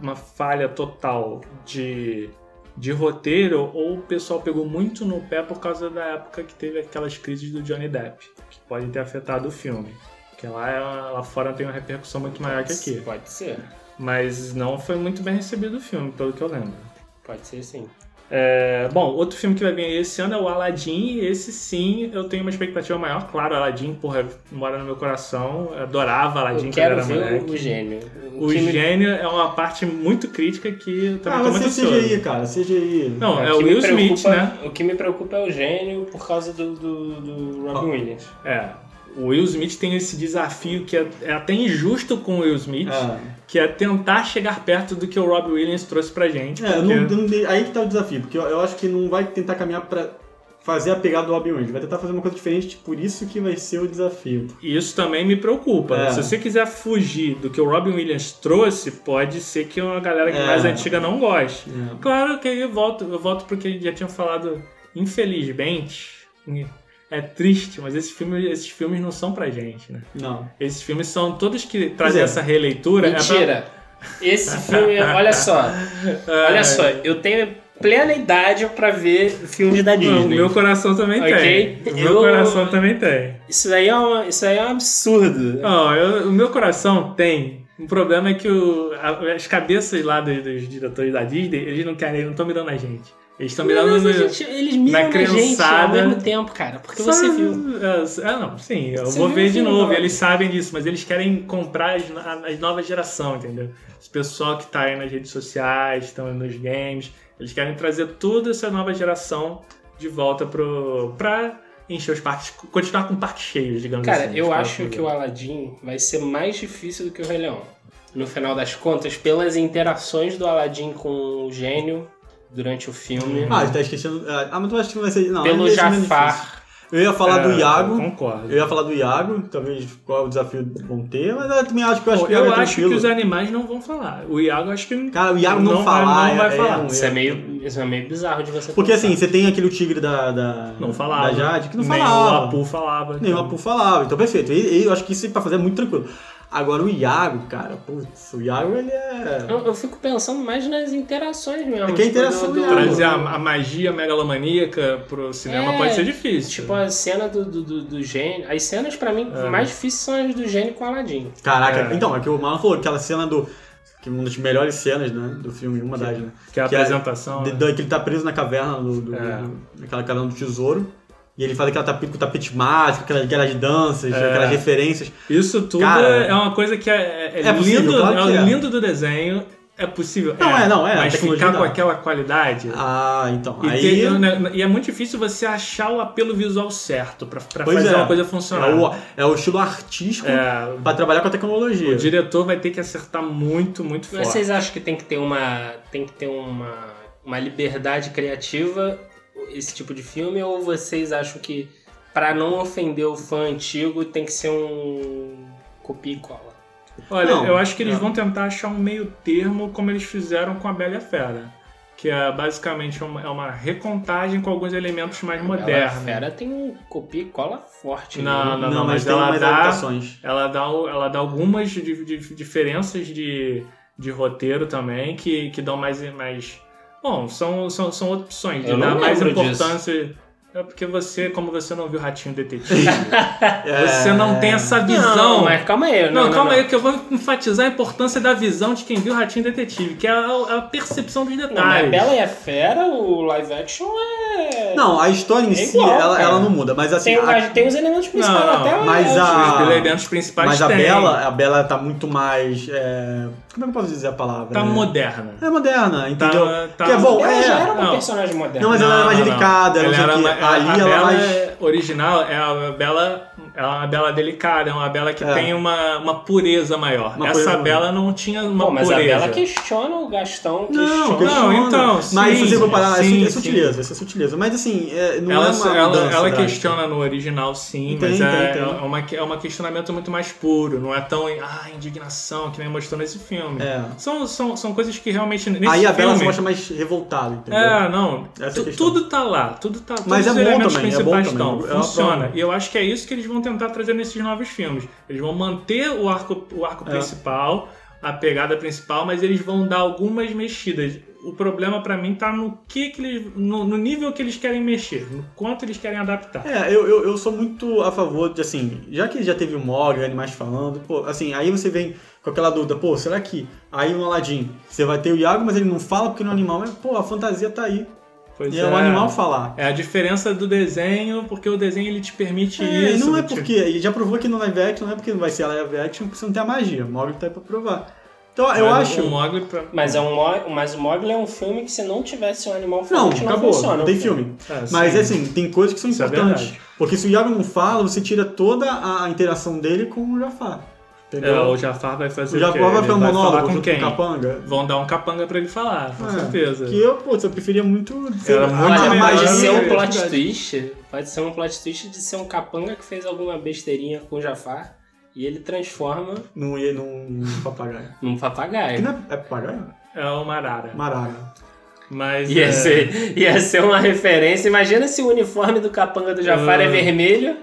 Speaker 4: uma falha total de, de roteiro ou o pessoal pegou muito no pé por causa da época que teve aquelas crises do Johnny Depp, que pode ter afetado o filme. Porque lá, lá fora tem uma repercussão muito maior é que aqui.
Speaker 3: Pode ser.
Speaker 4: Mas não foi muito bem recebido o filme, pelo que eu lembro.
Speaker 3: Pode ser sim.
Speaker 4: É, bom, outro filme que vai vir aí esse ano é o Aladdin, e esse sim eu tenho uma expectativa maior. Claro, Aladdin, porra, mora no meu coração. eu Adorava Aladdin
Speaker 3: eu
Speaker 4: quando era
Speaker 3: quero ver
Speaker 4: é moleque.
Speaker 3: o gênio.
Speaker 4: O
Speaker 3: que me-
Speaker 4: gênio é uma parte muito crítica que eu também
Speaker 2: Ah,
Speaker 4: tô
Speaker 2: mas
Speaker 4: muito
Speaker 2: você é
Speaker 4: ansioso.
Speaker 2: CGI, cara, CGI.
Speaker 4: Não, é,
Speaker 3: que
Speaker 4: o
Speaker 3: me
Speaker 4: Will
Speaker 3: preocupa-
Speaker 4: Smith, né?
Speaker 3: O que me preocupa é o gênio por causa do, do, do Robin Williams.
Speaker 4: É. O Will Smith tem esse desafio que é, é até injusto com o Will Smith,
Speaker 3: Ah.
Speaker 2: É.
Speaker 4: que é tentar chegar perto do que o Rob Williams trouxe pra gente.
Speaker 2: É, eu
Speaker 4: porque-
Speaker 2: não- eu não dei- aí que tá o desafio, porque eu, eu acho que não vai tentar caminhar pra fazer a pegada do Robin Williams, vai tentar fazer uma coisa diferente, por isso que vai ser o desafio.
Speaker 4: E isso também me preocupa. né?
Speaker 2: É.
Speaker 4: Se você quiser fugir do que o Robin Williams trouxe, pode ser que uma galera que
Speaker 2: É.
Speaker 4: mais antiga não goste.
Speaker 2: É.
Speaker 4: Claro que aí eu volto, eu volto porque já tinham falado, infelizmente, é triste, mas esse filme, esses filmes não são pra gente, né?
Speaker 2: Não.
Speaker 4: Esses filmes são todos que trazem
Speaker 2: é.
Speaker 4: essa releitura. é pra-
Speaker 3: Mentira! Esse filme, olha só,
Speaker 4: é,
Speaker 3: olha só, eu tenho plena idade pra ver filmes da
Speaker 4: O
Speaker 3: Disney.
Speaker 4: meu coração também
Speaker 3: Ok,
Speaker 4: tem. O meu
Speaker 3: eu-
Speaker 4: coração também tem.
Speaker 3: Isso, daí é uma- isso aí é um absurdo.
Speaker 4: Não, eu- o meu coração tem. O problema é que o- a- as cabeças lá dos, dos diretores da Disney, eles não querem, eles não estão mirando a gente. Eles estão mirando
Speaker 3: Mas a
Speaker 4: no-
Speaker 3: gente- eles miram na, gente ao
Speaker 4: é criançada.
Speaker 3: mesmo tempo, cara, porque
Speaker 4: Só-
Speaker 3: você viu.
Speaker 4: É, ah, não, sim, eu
Speaker 3: Você
Speaker 4: vou
Speaker 3: viu
Speaker 4: ver
Speaker 3: o
Speaker 4: de
Speaker 3: filme,
Speaker 4: novo.
Speaker 3: não?
Speaker 4: Eles sabem disso, mas eles querem comprar as, no- a, a nova geração, entendeu? Esse pessoal que tá aí nas redes sociais, estão nos games, eles querem trazer toda essa nova geração de volta pro. pra encher os parques, continuar com parques cheios, digamos
Speaker 3: Cara,
Speaker 4: assim.
Speaker 3: eu
Speaker 4: Tipo,
Speaker 3: acho que o Aladdin vai ser mais difícil do que o Rei Leão. No final das contas, pelas interações do Aladdin com o gênio durante o filme,
Speaker 2: Ah, ele tá esquecendo. Ah, mas eu acho que vai ser. Não,
Speaker 3: pelo
Speaker 2: vai ser menos difícil.
Speaker 3: Jafar.
Speaker 2: Eu ia falar
Speaker 4: É,
Speaker 2: do Iago.
Speaker 4: Concordo.
Speaker 2: Eu ia falar do Iago, talvez qual é o desafio vão ter, mas eu também acho que eu acho
Speaker 4: Bom,
Speaker 2: que o Iago
Speaker 4: eu
Speaker 2: é
Speaker 4: acho que
Speaker 2: tranquilo.
Speaker 4: os animais não vão falar. O Iago acho que
Speaker 2: Cara, o Iago não,
Speaker 4: Não vai-
Speaker 2: falar.
Speaker 4: não vai falar.
Speaker 2: um erro.
Speaker 3: Isso é, meio, isso é meio bizarro de você
Speaker 2: Porque
Speaker 3: pensar.
Speaker 2: assim, você tem aquele tigre da, da,
Speaker 4: não
Speaker 2: da
Speaker 4: falava.
Speaker 2: Jade que não
Speaker 4: Nem
Speaker 2: falava.
Speaker 4: o Apu falava.
Speaker 2: Nem o Apu falava, então perfeito. E, e eu acho que isso pra fazer é muito tranquilo. Agora o Iago, cara, putz, o Iago ele é.
Speaker 3: Eu, eu fico pensando mais nas interações mesmo.
Speaker 2: É que a
Speaker 3: tipo,
Speaker 2: interação
Speaker 3: do- do-
Speaker 2: é algo.
Speaker 4: Trazer a, a magia megalomaníaca pro cinema
Speaker 3: É,
Speaker 4: pode ser difícil.
Speaker 3: Tipo, a cena do, do, do, do gênio. As cenas, pra mim,
Speaker 2: É.
Speaker 3: mais difíceis são as do gênio com o Aladdin.
Speaker 2: Caraca,
Speaker 4: É.
Speaker 2: então, é que o Marlon falou, aquela cena do. Que é uma das melhores cenas, né? Do filme, uma das, né?
Speaker 4: que é a
Speaker 2: que é-
Speaker 4: apresentação.
Speaker 2: De-
Speaker 4: né?
Speaker 2: da- que ele tá preso na caverna do, do-
Speaker 4: É.
Speaker 2: do- naquela caverna do tesouro. E ele faz aquela tapete tá com tapete mágico, aquelas, aquelas é danças,
Speaker 4: É.
Speaker 2: aquelas referências.
Speaker 4: Isso tudo
Speaker 2: Cara,
Speaker 4: é uma coisa que é, é, é
Speaker 2: é possível,
Speaker 4: lindo,
Speaker 2: claro que
Speaker 4: é
Speaker 2: é.
Speaker 4: lindo do desenho. É possível.
Speaker 2: Não, é, não, é, a
Speaker 4: Mas
Speaker 2: tecnologia
Speaker 4: ficar com
Speaker 2: dá.
Speaker 4: aquela qualidade.
Speaker 2: Ah, então.
Speaker 4: E,
Speaker 2: aí
Speaker 4: tem- né, e é muito difícil você achar o apelo visual certo pra, pra
Speaker 2: Pois
Speaker 4: fazer
Speaker 2: é.
Speaker 4: uma coisa
Speaker 2: é
Speaker 4: funcionar.
Speaker 2: o, é o estilo artístico
Speaker 4: É,
Speaker 2: pra trabalhar com a tecnologia.
Speaker 4: o diretor vai ter que acertar muito, muito forte.
Speaker 3: Mas Vocês acham que tem que ter uma. Tem que ter uma, uma liberdade criativa esse tipo de filme? Ou vocês acham que pra não ofender o fã antigo tem que ser um copia e cola?
Speaker 4: Olha,
Speaker 2: Não,
Speaker 4: eu acho que eles
Speaker 2: não.
Speaker 4: vão tentar achar um meio termo como eles fizeram com a Bela e a Fera. Que é basicamente uma, é uma recontagem com alguns elementos mais
Speaker 3: Bela
Speaker 4: modernos.
Speaker 3: Fera tem um copia e cola forte.
Speaker 4: Não, é
Speaker 3: né?
Speaker 4: não, não, mas
Speaker 2: tem
Speaker 4: ela
Speaker 2: umas
Speaker 4: dá,
Speaker 2: adaptações.
Speaker 4: ela dá, o- ela dá algumas di- di- diferenças de, de roteiro também que, que dão mais. mais bom, são, são, são opções de
Speaker 3: Eu
Speaker 4: dar
Speaker 3: não
Speaker 4: mais
Speaker 3: lembro
Speaker 4: importância. É porque você, como você não viu Ratinho Detetive, É. você não tem essa visão.
Speaker 3: Não, mas calma aí.
Speaker 4: Não, calma aí, que eu vou enfatizar a importância da visão de quem viu Ratinho Detetive, que é a, a percepção dos
Speaker 3: Não, mas
Speaker 4: detalhes.
Speaker 2: é
Speaker 3: Bela e a Fera, o live action é.
Speaker 2: Não, a história em
Speaker 3: É
Speaker 2: si,
Speaker 3: igual,
Speaker 2: ela,
Speaker 3: cara.
Speaker 2: ela não muda, mas assim.
Speaker 4: um
Speaker 3: tem,
Speaker 2: a-
Speaker 3: mas tem os elementos principais
Speaker 4: Não,
Speaker 3: até o-
Speaker 2: mas a-
Speaker 4: Os elementos principais
Speaker 2: mas a
Speaker 4: têm.
Speaker 2: Bela, a Bela tá muito mais. é, Como é que eu posso dizer a palavra?
Speaker 4: tá
Speaker 2: É-
Speaker 4: moderna.
Speaker 2: É moderna, entendeu?
Speaker 4: tá-
Speaker 2: que é bom,
Speaker 3: Ela
Speaker 2: é.
Speaker 3: já era uma
Speaker 4: não.
Speaker 3: personagem moderna.
Speaker 2: Não, mas ela era mais delicada,
Speaker 4: ela
Speaker 2: não sei o
Speaker 4: era
Speaker 2: quê.
Speaker 4: uma- a-
Speaker 2: Ali
Speaker 4: a
Speaker 2: ela
Speaker 4: Bela
Speaker 2: mais-
Speaker 4: é- original é a Bela, é uma Bela delicada, é uma Bela que
Speaker 2: É.
Speaker 4: tem uma, uma pureza maior.
Speaker 2: Uma
Speaker 4: Essa
Speaker 2: pureza maior.
Speaker 4: Bela não tinha uma
Speaker 3: Pô, mas a
Speaker 4: pureza.
Speaker 3: Bela questiona o Gastão.
Speaker 2: Não,
Speaker 3: questiona.
Speaker 2: questiona.
Speaker 4: então,
Speaker 2: Mas
Speaker 4: sim,
Speaker 2: se você for parar, é,
Speaker 4: sim,
Speaker 2: su- é
Speaker 4: sim.
Speaker 2: sutileza, isso é sutileza. Mas assim, é, não
Speaker 4: ela
Speaker 2: é uma
Speaker 4: ela,
Speaker 2: mudança
Speaker 4: ela
Speaker 2: drástica.
Speaker 4: questiona no original, sim,
Speaker 2: Tem,
Speaker 4: mas é,
Speaker 2: tem, tem.
Speaker 4: é uma, é um questionamento muito mais puro, não é tão ah, indignação que nem mostrou nesse filme.
Speaker 2: É.
Speaker 4: São, são, são coisas que realmente. Nesse
Speaker 2: Aí a Bela se
Speaker 4: filme-
Speaker 2: mostra mais revoltada, entendeu?
Speaker 4: É, não.
Speaker 2: Essa é a
Speaker 4: Tu-
Speaker 2: questão.
Speaker 4: tudo tá lá. Tudo tá. Todos
Speaker 2: Mas é
Speaker 4: os
Speaker 2: bom
Speaker 4: elementos
Speaker 2: também, é bom
Speaker 4: principais
Speaker 2: também,
Speaker 4: estão.
Speaker 2: é uma
Speaker 4: funciona.
Speaker 2: prova.
Speaker 4: E eu acho que é isso que eles vão tentar trazer nesses novos filmes. Eles vão manter o arco, o arco
Speaker 2: É.
Speaker 4: principal, a pegada principal, mas eles vão dar algumas mexidas. O problema pra mim tá no que, que eles. No, no nível que eles querem mexer, no quanto eles querem adaptar.
Speaker 2: É, eu, eu, eu sou muito a favor de, assim, já que já teve o Morgan, Animais Falando, pô, assim, aí você vem com aquela dúvida, pô, será que aí no Aladdin você vai ter o Iago, mas ele não fala porque não é um animal, mas, pô, a fantasia tá aí.
Speaker 4: Pois
Speaker 2: e é um animal falar.
Speaker 4: É a diferença do desenho, porque o desenho ele te permite
Speaker 2: É, e
Speaker 4: isso.
Speaker 2: não é
Speaker 4: te-
Speaker 2: porque, ele já provou que no live action, não é porque não vai ser live action, porque você não tem a magia, o Morgan tá aí pra provar. Então, eu
Speaker 4: Mas
Speaker 2: acho...
Speaker 4: O Mogli pra...
Speaker 3: Mas, é um, Mo- mas o Mogli é um filme que se não tivesse um animal
Speaker 2: Não,
Speaker 3: falante, não,
Speaker 2: acabou,
Speaker 3: funciona.
Speaker 2: não tem filme.
Speaker 4: É,
Speaker 2: Mas
Speaker 4: sim.
Speaker 2: assim, tem coisas que são
Speaker 4: Isso é
Speaker 2: importantes.
Speaker 4: verdade.
Speaker 2: porque se o Iago não fala, você tira toda a a interação dele com o Jafar.
Speaker 4: É,
Speaker 2: Entendeu?
Speaker 4: o Jafar vai fazer
Speaker 2: o
Speaker 4: quê?
Speaker 2: Jafar vai
Speaker 4: Ele
Speaker 2: ficar um
Speaker 4: falar
Speaker 2: monólogo
Speaker 4: com
Speaker 2: junto
Speaker 4: quem?
Speaker 2: com o Capanga.
Speaker 4: Vão dar um capanga pra ele falar, com
Speaker 2: É,
Speaker 4: certeza.
Speaker 2: Que eu, putz, eu preferia muito ver
Speaker 4: Era
Speaker 2: a-
Speaker 4: muito
Speaker 2: a
Speaker 3: Olha,
Speaker 4: melhor.
Speaker 3: pode
Speaker 4: mas
Speaker 3: ser um
Speaker 4: é
Speaker 3: plot
Speaker 4: verdade.
Speaker 3: twist. Pode ser um plot twist de ser um capanga que fez alguma besteirinha com o Jafar e ele transforma
Speaker 2: num, num, num papagaio.
Speaker 3: num
Speaker 2: Que
Speaker 3: papagaio.
Speaker 2: não é, é papagaio?
Speaker 4: É uma arara.
Speaker 2: Marara.
Speaker 4: Mas. é,
Speaker 3: Ia ser, ia ser uma referência. Imagina se o uniforme do capanga do Jafar é
Speaker 4: Ah.
Speaker 3: vermelho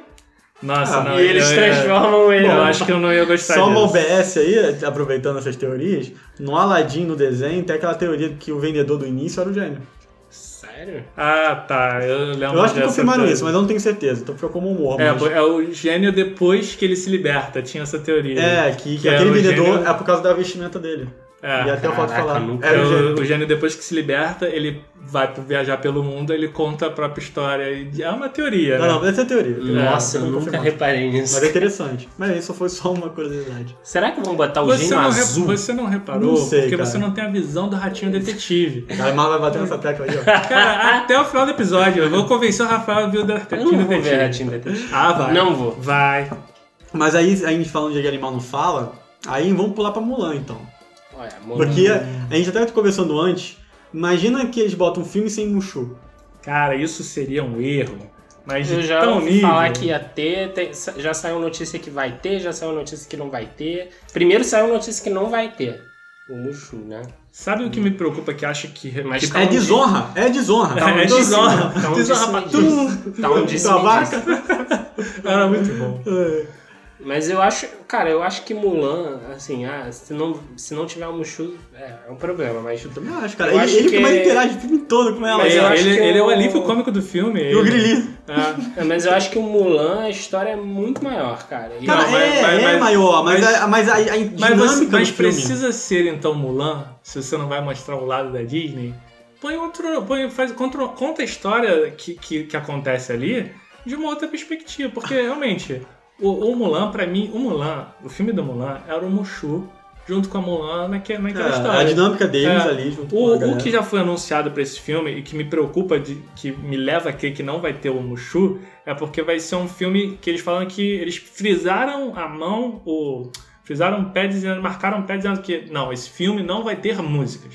Speaker 4: Nossa,
Speaker 2: Ah,
Speaker 4: não. é.
Speaker 3: e eles
Speaker 4: eu ia-
Speaker 3: transformam ele.
Speaker 4: Eu acho que eu não ia gostar
Speaker 2: Só uma
Speaker 4: disso.
Speaker 2: OBS aí, aproveitando essas teorias, no Aladdin, no desenho, tem aquela teoria de que o vendedor do início era o gênio.
Speaker 3: Sério?
Speaker 4: Ah, tá. Eu lembro.
Speaker 2: Eu acho que
Speaker 4: dessa
Speaker 2: confirmaram
Speaker 4: coisa.
Speaker 2: isso, mas eu não tenho certeza, então fica como um humor.
Speaker 4: É,
Speaker 2: mas-
Speaker 4: é o gênio depois que ele se liberta. Tinha essa teoria.
Speaker 2: É, que, que
Speaker 4: é
Speaker 2: aquele
Speaker 4: o
Speaker 2: vendedor
Speaker 4: gênio-
Speaker 2: é por causa da vestimenta dele.
Speaker 4: É.
Speaker 2: e até eu posso
Speaker 3: caraca,
Speaker 2: falar.
Speaker 3: nunca-
Speaker 2: Era o
Speaker 4: o,
Speaker 2: gênio.
Speaker 4: o gênio, depois que se liberta, ele vai pro- viajar pelo mundo, ele conta a própria história. e- É uma teoria,
Speaker 2: Não,
Speaker 4: né?
Speaker 2: não, mas essa é a teoria.
Speaker 3: Nossa,
Speaker 2: É,
Speaker 3: eu
Speaker 2: foi
Speaker 3: nunca
Speaker 2: confirmado.
Speaker 3: reparei nisso.
Speaker 2: Mas é interessante. Mas isso foi só uma curiosidade.
Speaker 3: Será que vão
Speaker 2: é
Speaker 3: botar o
Speaker 4: Você
Speaker 3: gênio
Speaker 4: não, re-
Speaker 3: azul?
Speaker 4: você não reparou,
Speaker 2: Não sei,
Speaker 4: porque
Speaker 2: cara.
Speaker 4: você não tem a visão do ratinho detetive.
Speaker 2: O Aymar vai bater nessa tecla aí, ó.
Speaker 4: Cara, até o final do episódio, eu vou convencer o Rafael a ver o da
Speaker 3: Eu não
Speaker 4: Ratinho
Speaker 3: vou ver
Speaker 4: Detetive.
Speaker 3: Ratinho Detetive.
Speaker 4: Ah, vai.
Speaker 3: Não vou.
Speaker 4: Vai.
Speaker 2: Mas aí, aí a gente falando de que animal não fala, aí vamos pular pra Mulan, então.
Speaker 3: Olha, amor.
Speaker 2: Porque a gente até tá conversando antes, imagina que eles botam um filme sem Mushu.
Speaker 4: Cara, isso seria um erro. Mas então,
Speaker 3: Eu já
Speaker 4: tão
Speaker 3: ouvi
Speaker 4: nível.
Speaker 3: falar que ia ter, tem- já saiu notícia que vai ter, já saiu notícia que não vai ter. Primeiro saiu notícia que não vai ter. O Mushu, né?
Speaker 4: Sabe o que me preocupa que acha que.
Speaker 3: Mas
Speaker 4: que
Speaker 3: tá
Speaker 2: É
Speaker 3: um
Speaker 2: desonra, é desonra.
Speaker 4: É
Speaker 2: Então,
Speaker 4: desonra.
Speaker 3: Tá um
Speaker 4: Desonra pra
Speaker 3: disse-me-disse. Tá um
Speaker 2: da
Speaker 3: disse-me-disse.
Speaker 2: vaca.
Speaker 4: Era Ah, muito bom.
Speaker 2: É.
Speaker 3: Mas eu acho, cara, eu acho que Mulan, assim, ah, se não, se não tiver o Mushu, é, é um problema, mas
Speaker 2: Eu também acho, cara.
Speaker 3: Eu
Speaker 2: Ele,
Speaker 3: acho
Speaker 2: ele
Speaker 3: que-
Speaker 2: que mais interage o filme todo com ela.
Speaker 3: Mas
Speaker 4: ele,
Speaker 3: eu acho
Speaker 4: ele,
Speaker 3: que
Speaker 4: ele é o
Speaker 3: o-
Speaker 4: alívio cômico do filme.
Speaker 2: E o
Speaker 4: ele.
Speaker 2: Grilli.
Speaker 4: É.
Speaker 3: É, mas eu acho que o Mulan, a história é muito maior, cara. E
Speaker 2: Cara,
Speaker 4: Não, mas-
Speaker 2: é,
Speaker 4: mas-
Speaker 2: é
Speaker 4: Tá, mas-
Speaker 2: maior, mas,
Speaker 4: mas-
Speaker 2: a, mas a, a dinâmica
Speaker 4: Mas, você,
Speaker 2: do
Speaker 4: mas
Speaker 2: filme.
Speaker 4: precisa ser então Mulan, se você não vai mostrar o lado da Disney. Põe outro. Põe, faz, contra- conta a história que, que, que acontece ali de uma outra perspectiva. Porque realmente, o, o Mulan, pra mim, o Mulan, o filme do Mulan era o Mushu junto com a Mulan naque- naquela
Speaker 2: É,
Speaker 4: história.
Speaker 2: a dinâmica deles
Speaker 4: É.
Speaker 2: ali junto com
Speaker 4: O,
Speaker 2: a
Speaker 4: o
Speaker 2: galera.
Speaker 4: que já foi anunciado pra esse filme e que me preocupa, de, que me leva a crer que não vai ter o Mushu, é porque vai ser um filme que eles falam que eles frisaram a mão, o, frisaram o um pé dizendo, marcaram o pé dizendo que não, esse filme não vai ter músicas.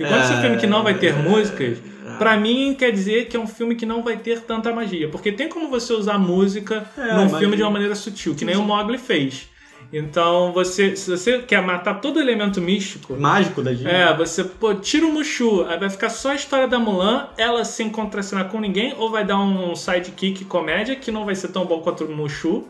Speaker 4: E quando esse
Speaker 2: É,
Speaker 4: filme que não vai ter
Speaker 2: é,
Speaker 4: músicas,
Speaker 2: é.
Speaker 4: pra mim quer dizer que é um filme que não vai ter tanta magia. Porque tem como você usar música
Speaker 2: É,
Speaker 4: num
Speaker 2: mas-
Speaker 4: filme de uma maneira sutil, que nem o Mogli fez. Então, você, se você quer matar todo elemento místico,
Speaker 2: Mágico da Disney.
Speaker 4: é, você pô, tira o Mushu, aí vai ficar só a história da Mulan, ela assim, sem contracenar com ninguém, ou vai dar um sidekick comédia que não vai ser tão bom quanto o Mushu.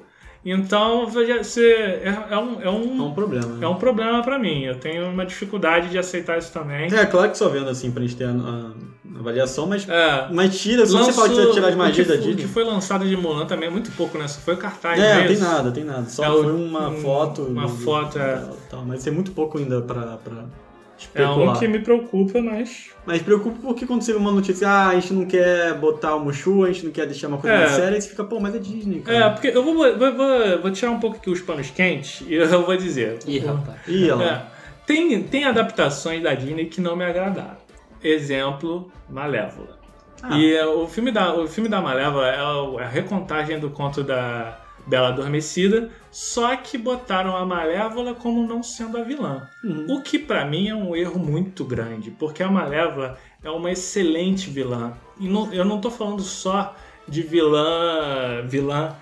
Speaker 4: Então, você, é, é um, é,
Speaker 2: É
Speaker 4: um,
Speaker 2: um problema. né?
Speaker 4: é um problema pra mim. Eu tenho uma dificuldade de aceitar isso também.
Speaker 2: É, claro que só vendo assim pra gente ter a, a- a avaliação, mas,
Speaker 4: É.
Speaker 2: mas tira, se você
Speaker 4: Lançou-
Speaker 2: pode tirar as magias
Speaker 4: o que,
Speaker 2: da
Speaker 4: fo- O que
Speaker 2: Disney.
Speaker 4: foi lançado de Mulan também é muito pouco, né? Só foi o cartaz
Speaker 2: É,
Speaker 4: mesmo.
Speaker 2: tem nada, tem nada. Só
Speaker 4: É o-
Speaker 2: foi uma
Speaker 4: um-
Speaker 2: foto.
Speaker 4: uma
Speaker 2: do-
Speaker 4: foto, é.
Speaker 2: tal, tal. Mas tem muito pouco ainda pra, pra
Speaker 4: É
Speaker 2: especular.
Speaker 4: um que me preocupa, mas.
Speaker 2: Mas preocupa porque quando você vê uma notícia, ah, a gente não quer botar o Mushu, a gente não quer deixar uma coisa
Speaker 4: É.
Speaker 2: mais séria, aí você fica, pô, mas é Disney,
Speaker 4: É,
Speaker 2: cara.
Speaker 4: porque eu vou, vou, vou- vou tirar um pouco aqui os panos quentes e eu vou dizer.
Speaker 3: Ih, rapaz.
Speaker 2: Ih, olha lá.
Speaker 4: É, tem, tem adaptações da Disney que não me agradaram. Exemplo, Malévola.
Speaker 2: Ah.
Speaker 4: E é, o filme da, o filme da Malévola é o- é a recontagem do conto da Bela Adormecida, só que botaram a Malévola como não sendo a vilã.
Speaker 2: Uhum.
Speaker 4: O que pra mim é um erro muito grande, porque a Malévola é uma excelente vilã. E não- eu não tô falando só de vilã, vilã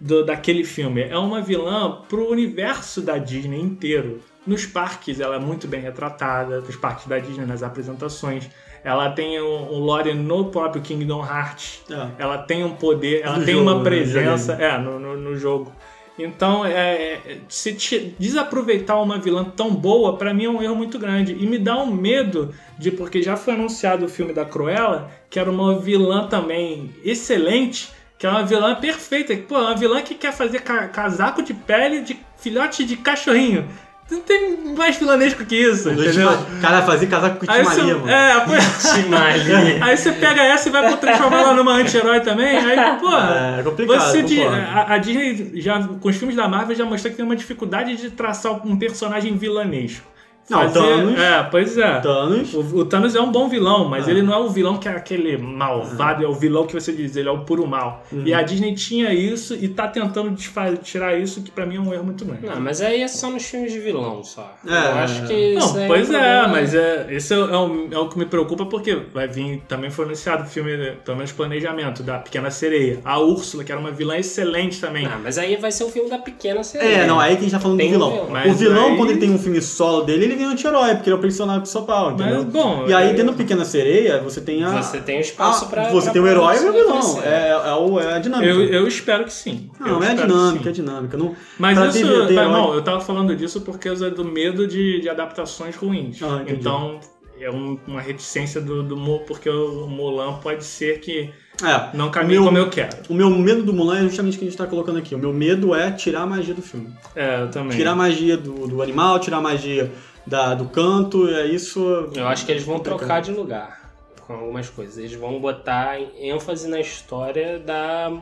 Speaker 4: do- daquele filme. É uma vilã pro universo da Disney inteiro. Nos parques ela é muito bem retratada, nos parques da Disney, nas apresentações. Ela tem um, um lore no próprio Kingdom Hearts.
Speaker 2: É.
Speaker 4: Ela tem um poder, ela
Speaker 2: No
Speaker 4: tem
Speaker 2: jogo,
Speaker 4: uma
Speaker 2: né?
Speaker 4: presença é, no, no, no jogo. Então, é, é, se ti- desaproveitar uma vilã tão boa, pra mim é um erro muito grande. E me dá um medo de, porque já foi anunciado o filme da Cruella, que era uma vilã também excelente, que é uma vilã perfeita. que, Pô, é uma vilã que quer fazer ca- casaco de pele de filhote de cachorrinho. Não tem mais vilanesco que isso, entendeu?
Speaker 2: Cara, fazer casaco com o
Speaker 4: Aí
Speaker 2: Tim
Speaker 4: você,
Speaker 2: Maria, mano.
Speaker 4: é, pois-
Speaker 3: Timali.
Speaker 4: Aí você pega essa e vai transformar ela numa anti-herói também. Aí, pô.
Speaker 2: É, é complicado,
Speaker 4: você de-
Speaker 2: concordo.
Speaker 4: a, a Disney, já, com os filmes da Marvel, já mostrou que tem uma dificuldade de traçar um personagem vilanesco.
Speaker 2: Não, o Thanos-
Speaker 4: É, pois é.
Speaker 2: Thanos.
Speaker 4: O, o Thanos é um bom vilão, mas
Speaker 2: É.
Speaker 4: ele não é o vilão que é aquele malvado, é o vilão que você diz, ele é o puro mal.
Speaker 2: Uhum.
Speaker 4: E a Disney tinha isso e tá tentando desfa- tirar isso, que pra mim é um erro muito grande.
Speaker 3: Não, mas aí é só nos filmes de vilão, só.
Speaker 2: É.
Speaker 3: Eu acho que
Speaker 4: Não,
Speaker 3: isso aí um
Speaker 4: pois é,
Speaker 3: problema.
Speaker 4: mas é, esse é, o- é o, é o que me preocupa porque vai vir, também foi anunciado o filme, pelo menos planejamento, da Pequena Sereia. A Úrsula, que era uma vilã excelente também.
Speaker 3: Ah, mas aí vai ser o filme da pequena sereia.
Speaker 2: É, não, aí que a gente tá falando
Speaker 3: Tem
Speaker 2: do
Speaker 3: um
Speaker 2: vilão.
Speaker 3: vilão.
Speaker 4: Mas
Speaker 2: o vilão,
Speaker 4: aí-
Speaker 2: quando ele tem um filme solo dele, ele vem anti-herói, porque ele é o personagem do seu pau, entendeu?
Speaker 4: Mas, bom, é-
Speaker 2: e aí,
Speaker 4: eu-
Speaker 2: tendo Pequena Sereia, você tem a...
Speaker 3: Você tem o espaço
Speaker 2: Ah,
Speaker 3: pra-
Speaker 2: Você
Speaker 3: pra
Speaker 2: tem o herói e
Speaker 3: poder
Speaker 2: o vilão.
Speaker 3: crescer.
Speaker 2: É, é, o- é a dinâmica.
Speaker 4: Eu, eu espero que sim.
Speaker 2: Não,
Speaker 4: Eu
Speaker 2: é a
Speaker 4: espero que
Speaker 2: dinâmica, é a
Speaker 4: sim.
Speaker 2: dinâmica. Não,
Speaker 4: Mas
Speaker 2: pra
Speaker 4: isso, tá,
Speaker 2: ter- ter
Speaker 4: mas,
Speaker 2: herói-
Speaker 4: não, eu tava falando disso por causa do medo de, de adaptações ruins.
Speaker 2: Ah, entendi.
Speaker 4: então, é um- uma reticência do, do Mo, porque o Mulan pode ser que
Speaker 2: É,
Speaker 4: não caminhe
Speaker 2: Meu-
Speaker 4: como eu quero.
Speaker 2: o meu medo do Mulan é justamente o que a gente tá colocando aqui. O meu medo é tirar a magia do filme.
Speaker 4: É, eu também.
Speaker 2: Tirar a magia do, do animal, tirar a magia da, do canto, é isso...
Speaker 3: Eu acho que eles vão
Speaker 2: Complicado.
Speaker 3: trocar de lugar com algumas coisas. Eles vão botar ênfase na história da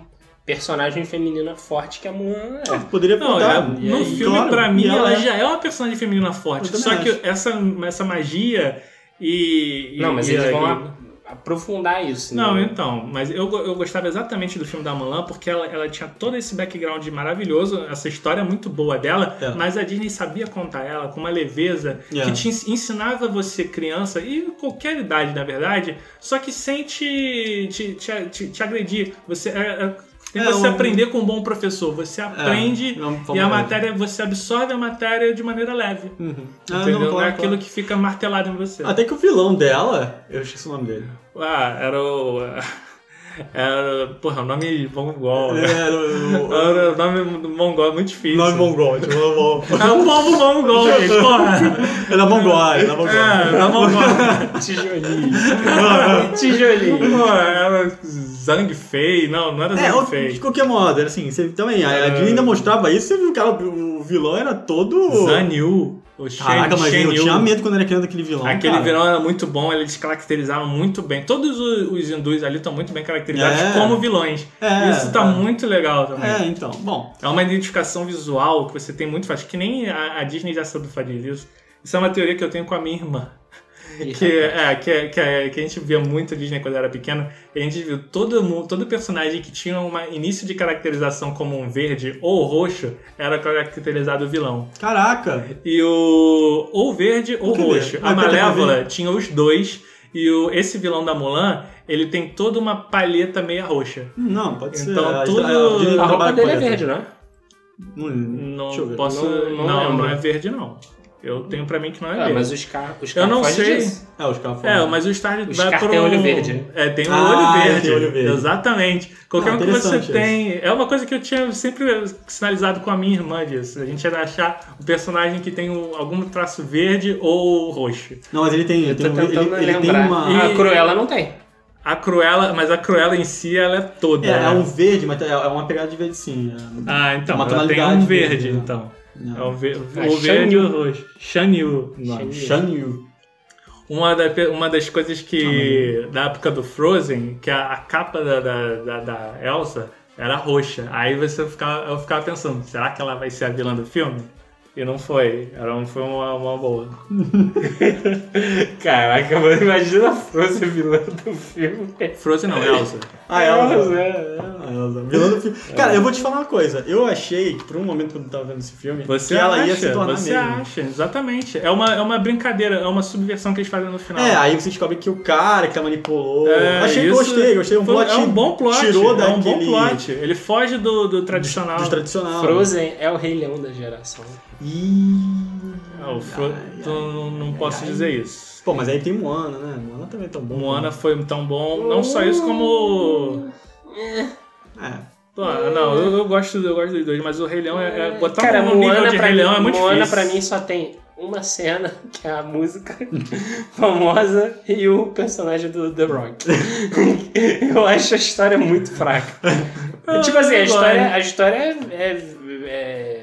Speaker 3: personagem feminina forte que a Mulan é.
Speaker 2: Poderia
Speaker 4: Não,
Speaker 2: botar.
Speaker 4: é-
Speaker 2: E
Speaker 4: no
Speaker 2: aí,
Speaker 4: filme,
Speaker 2: claro,
Speaker 4: pra mim,
Speaker 2: e Ah,
Speaker 4: ela, já é uma personagem feminina forte.
Speaker 2: Eu também
Speaker 4: Só
Speaker 2: acho.
Speaker 4: que essa, essa magia e. e-
Speaker 3: Não, mas
Speaker 4: e
Speaker 3: eles
Speaker 4: a-
Speaker 3: vão a- aprofundar isso. né?
Speaker 4: Não, então, mas eu, go- eu gostava exatamente do filme da Mulan porque ela, ela tinha todo esse background maravilhoso, essa história muito boa dela,
Speaker 2: É.
Speaker 4: mas a Disney sabia contar ela com uma leveza
Speaker 2: É.
Speaker 4: que te ens- ensinava você, criança, e qualquer idade, na verdade, só que sem te, te, te, te- te agredir. Você, é- é- tem
Speaker 2: É,
Speaker 4: você
Speaker 2: um- É,
Speaker 4: aprender com um bom professor, você aprende
Speaker 2: não,
Speaker 4: e a
Speaker 2: vamos-
Speaker 4: matéria, você absorve a matéria de maneira leve.
Speaker 2: Uhum. É, não,
Speaker 4: entendeu? não é
Speaker 2: claro,
Speaker 4: aquilo
Speaker 2: claro.
Speaker 4: que fica martelado em você.
Speaker 2: Até que o vilão dela, eu esqueci o nome dele.
Speaker 4: Ah, era o. Era. Porra, o nome mongol. né?
Speaker 2: Era o, o,
Speaker 4: Era o nome do mongol, é muito difícil.
Speaker 2: nome mongol, tipo, nome mongol.
Speaker 4: É o povo mongol, gente, porra.
Speaker 2: Era mongói, era
Speaker 4: É,
Speaker 2: mongói.
Speaker 4: era mongol.
Speaker 3: Tijolinho. Tijolinho.
Speaker 4: Porra, era Zhang Fei. Não, não era
Speaker 2: É,
Speaker 4: Zhang
Speaker 2: ou- de
Speaker 4: Fei.
Speaker 2: qualquer modo, era assim, você também, a
Speaker 4: Ah.
Speaker 2: a Disney ainda mostrava isso, você viu, cara, o o vilão era todo...
Speaker 4: Zhan Yu. O Shen,
Speaker 2: tipo- Caraca, mas
Speaker 4: Shen
Speaker 2: eu
Speaker 4: Yu.
Speaker 2: tinha medo quando era criança daquele vilão,
Speaker 4: Aquele
Speaker 2: cara.
Speaker 4: vilão era muito bom, eles caracterizaram muito bem. Todos os, os hindus ali estão muito bem caracterizados
Speaker 2: É.
Speaker 4: como vilões.
Speaker 2: É,
Speaker 4: Isso tá
Speaker 2: é.
Speaker 4: muito legal também.
Speaker 2: É, então, bom,
Speaker 4: É uma identificação visual que você tem muito fácil, que nem a, a Disney já soube fazer isso. Isso é uma teoria que eu tenho com a minha irmã. Que, é, que, é- que, é- que a gente via muito a Disney quando era pequena. A gente viu todo, mu- todo personagem que tinha um início de caracterização como um verde ou roxo era caracterizado vilão.
Speaker 2: caraca.
Speaker 4: E o ou verde ou
Speaker 2: Por que
Speaker 4: roxo.
Speaker 2: verde?
Speaker 4: A
Speaker 2: Ah, porque tem
Speaker 4: Malévola tinha os dois. E o, esse vilão da Mulan, ele tem toda uma palheta meia roxa.
Speaker 2: Não, pode ser.
Speaker 4: Então,
Speaker 2: a- a-
Speaker 4: tudo-
Speaker 2: a Disney
Speaker 4: a
Speaker 3: A
Speaker 2: trabalha
Speaker 3: roupa
Speaker 2: com
Speaker 3: dele é
Speaker 2: essa.
Speaker 3: verde, né?
Speaker 2: Hum,
Speaker 4: Não
Speaker 2: deixa eu ver.
Speaker 4: posso.
Speaker 3: Não- não
Speaker 4: não,
Speaker 3: lembro.
Speaker 4: não é verde, não. Eu tenho pra mim que não é
Speaker 3: Ah,
Speaker 4: dele.
Speaker 3: mas os caras. Os
Speaker 4: Eu não
Speaker 3: caras fogem
Speaker 4: sei.
Speaker 3: disso.
Speaker 2: É, os caras
Speaker 4: É,
Speaker 2: falam.
Speaker 4: mas o Star
Speaker 3: Os
Speaker 4: vai
Speaker 3: caras
Speaker 4: pro...
Speaker 3: têm olho verde.
Speaker 4: É, tem um
Speaker 2: Ah,
Speaker 4: olho, verde.
Speaker 2: tem olho verde.
Speaker 4: Exatamente. Qualquer
Speaker 2: Ah,
Speaker 4: um que você
Speaker 2: interessante
Speaker 4: tem. É uma coisa que eu tinha sempre sinalizado com a minha irmã disso. A gente ia achar um personagem que tem um- algum traço verde ou roxo.
Speaker 2: Não, mas ele tem. Ele,
Speaker 3: Eu tô
Speaker 2: tem um- ele,
Speaker 3: tentando
Speaker 2: ele tem
Speaker 3: lembrar.
Speaker 2: uma.
Speaker 4: E-
Speaker 3: A Cruella não tem.
Speaker 4: A Cruella, mas a Cruella em si, ela é toda.
Speaker 2: É, é
Speaker 4: né?
Speaker 2: um verde, mas é é uma pegada de verde sim. é-
Speaker 4: Ah, então.
Speaker 2: uma
Speaker 4: ela tem um
Speaker 2: tonalidade
Speaker 4: verde,
Speaker 2: verde, né?
Speaker 4: então.
Speaker 2: Não.
Speaker 4: É um ver...
Speaker 3: É,
Speaker 4: o verde e
Speaker 3: Shan
Speaker 4: o roxo. Shanyu.
Speaker 3: Shan Yu.
Speaker 2: Shan Yu.
Speaker 4: Uma, da, uma das coisas
Speaker 2: Ah,
Speaker 4: que. da época do Frozen, que a, a capa da, da, da- da Elsa era roxa. Aí você ficava, eu ficava pensando, será que ela vai ser a vilã do filme? E não foi. Era, um- foi uma, uma boa.
Speaker 3: Caraca, mano, imagina a Frozen vilã do filme.
Speaker 4: Frozen não, Elsa.
Speaker 2: Ah, Elsa.
Speaker 3: é,
Speaker 2: Ah, Elsa. Vilã do filme. Cara,
Speaker 4: É.
Speaker 2: eu vou te falar uma coisa. Eu achei que por um momento quando eu tava vendo esse filme,
Speaker 4: Você
Speaker 2: que ela
Speaker 4: acha,
Speaker 2: ia se tornar
Speaker 4: você
Speaker 2: mesmo.
Speaker 4: acha, exatamente. É uma, é uma brincadeira, é uma subversão que eles fazem no final.
Speaker 2: É, aí você descobre que o cara que a manipulou.
Speaker 4: É,
Speaker 2: achei,
Speaker 4: isso
Speaker 2: gostei, gostei. Um
Speaker 4: foi-
Speaker 2: plot
Speaker 4: é um bom plot.
Speaker 2: Tirou
Speaker 4: é um bom
Speaker 2: daquele-
Speaker 4: plot. Ele foge do, do tradicional.
Speaker 2: Dos tradicional.
Speaker 3: Frozen é o Rei Leão da geração.
Speaker 2: Ih.
Speaker 4: Ah, o Fro-
Speaker 2: Ai,
Speaker 4: tu- não, não posso
Speaker 2: ai.
Speaker 4: dizer isso.
Speaker 2: Pô, mas aí tem Moana, né? Moana também é tão bom.
Speaker 4: Moana foi tão bom. Não só isso, como.
Speaker 2: É.
Speaker 3: Uh.
Speaker 4: Pô, não, eu, eu gosto, eu gosto dos dois, mas o Rei Leão é. é- botar
Speaker 3: Cara,
Speaker 4: um nível
Speaker 3: Moana,
Speaker 4: de
Speaker 3: pra
Speaker 4: Rei
Speaker 3: mim,
Speaker 4: Leão é muito
Speaker 3: Moana
Speaker 4: difícil.
Speaker 3: pra mim só tem uma cena, que é a música famosa, e o personagem do The Rock. eu acho a história muito fraca.
Speaker 4: Ah,
Speaker 3: tipo assim, a
Speaker 4: agora.
Speaker 3: história, a história é, é-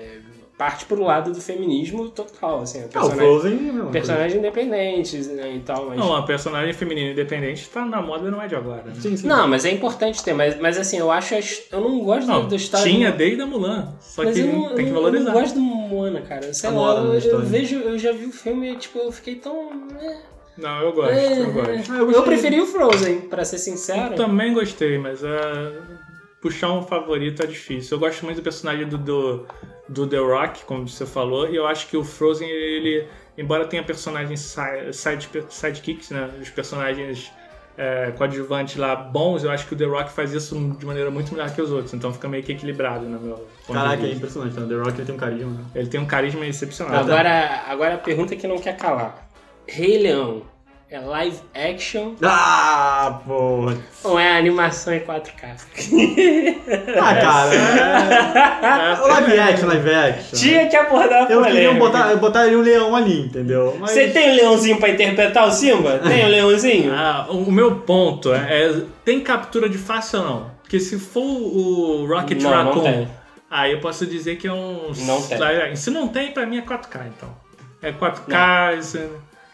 Speaker 3: parte pro lado do feminismo total, assim. O
Speaker 2: Ah, o
Speaker 3: personagem,
Speaker 2: Frozen é a mesma coisa.
Speaker 3: personagem independente né, e tal, mas...
Speaker 4: Não, a personagem feminina independente tá na moda, não é de agora. né?
Speaker 2: Sim, sim.
Speaker 3: Não, mas é importante ter, mas, mas assim, eu acho. a his- Eu não gosto
Speaker 4: Não,
Speaker 3: do da história.
Speaker 4: tinha desde a Mulan, só
Speaker 3: mas
Speaker 4: que
Speaker 3: eu não,
Speaker 4: tem que
Speaker 3: eu não- eu
Speaker 4: valorizar.
Speaker 3: não gosto do Moana, cara. Sei
Speaker 2: A
Speaker 3: lá,
Speaker 2: Moana
Speaker 3: eu,
Speaker 2: na
Speaker 3: eu
Speaker 2: história.
Speaker 3: vejo, eu já vi o filme e tipo, eu fiquei tão. né,
Speaker 4: Não, eu gosto,
Speaker 3: é,
Speaker 4: eu gosto.
Speaker 2: Ah, eu
Speaker 3: eu,
Speaker 2: gostei. Então,
Speaker 3: preferi o Frozen, pra ser sincero.
Speaker 4: Eu também gostei, mas é, puxar um favorito é difícil. Eu gosto muito do personagem do, do, do The Rock, como você falou, e eu acho que o Frozen, ele, embora tenha personagens si- side, sidekicks, né, os personagens é, coadjuvantes lá bons, eu acho que o The Rock faz isso de maneira muito melhor que os outros, então fica meio que equilibrado, no meu ponto
Speaker 2: Caraca,
Speaker 4: de
Speaker 2: é
Speaker 4: vista.
Speaker 2: impressionante. né? The Rock ele tem um carisma. né?
Speaker 4: Ele tem um carisma excepcional.
Speaker 3: Agora, agora a pergunta é que não quer calar: Rei Leão é live action
Speaker 2: Ah, pô.
Speaker 3: ou é animação em 4K?
Speaker 2: Ah, cara. é-
Speaker 4: É,
Speaker 2: é Live action, live action.
Speaker 3: Tinha que abordar a
Speaker 2: Eu queria
Speaker 3: polêmica.
Speaker 2: botar, botar ele um leão ali, entendeu? Mas...
Speaker 3: Você tem o leãozinho pra interpretar o Simba? Tem o leãozinho?
Speaker 4: Ah, o meu ponto é, é, tem captura de face ou não? Porque se for o Rocket
Speaker 3: Não, não
Speaker 4: Raccoon,
Speaker 3: tem.
Speaker 4: aí eu posso dizer que é um
Speaker 3: Não tem.
Speaker 4: live action. Se não tem, pra mim é 4K, então. É 4K, isso é-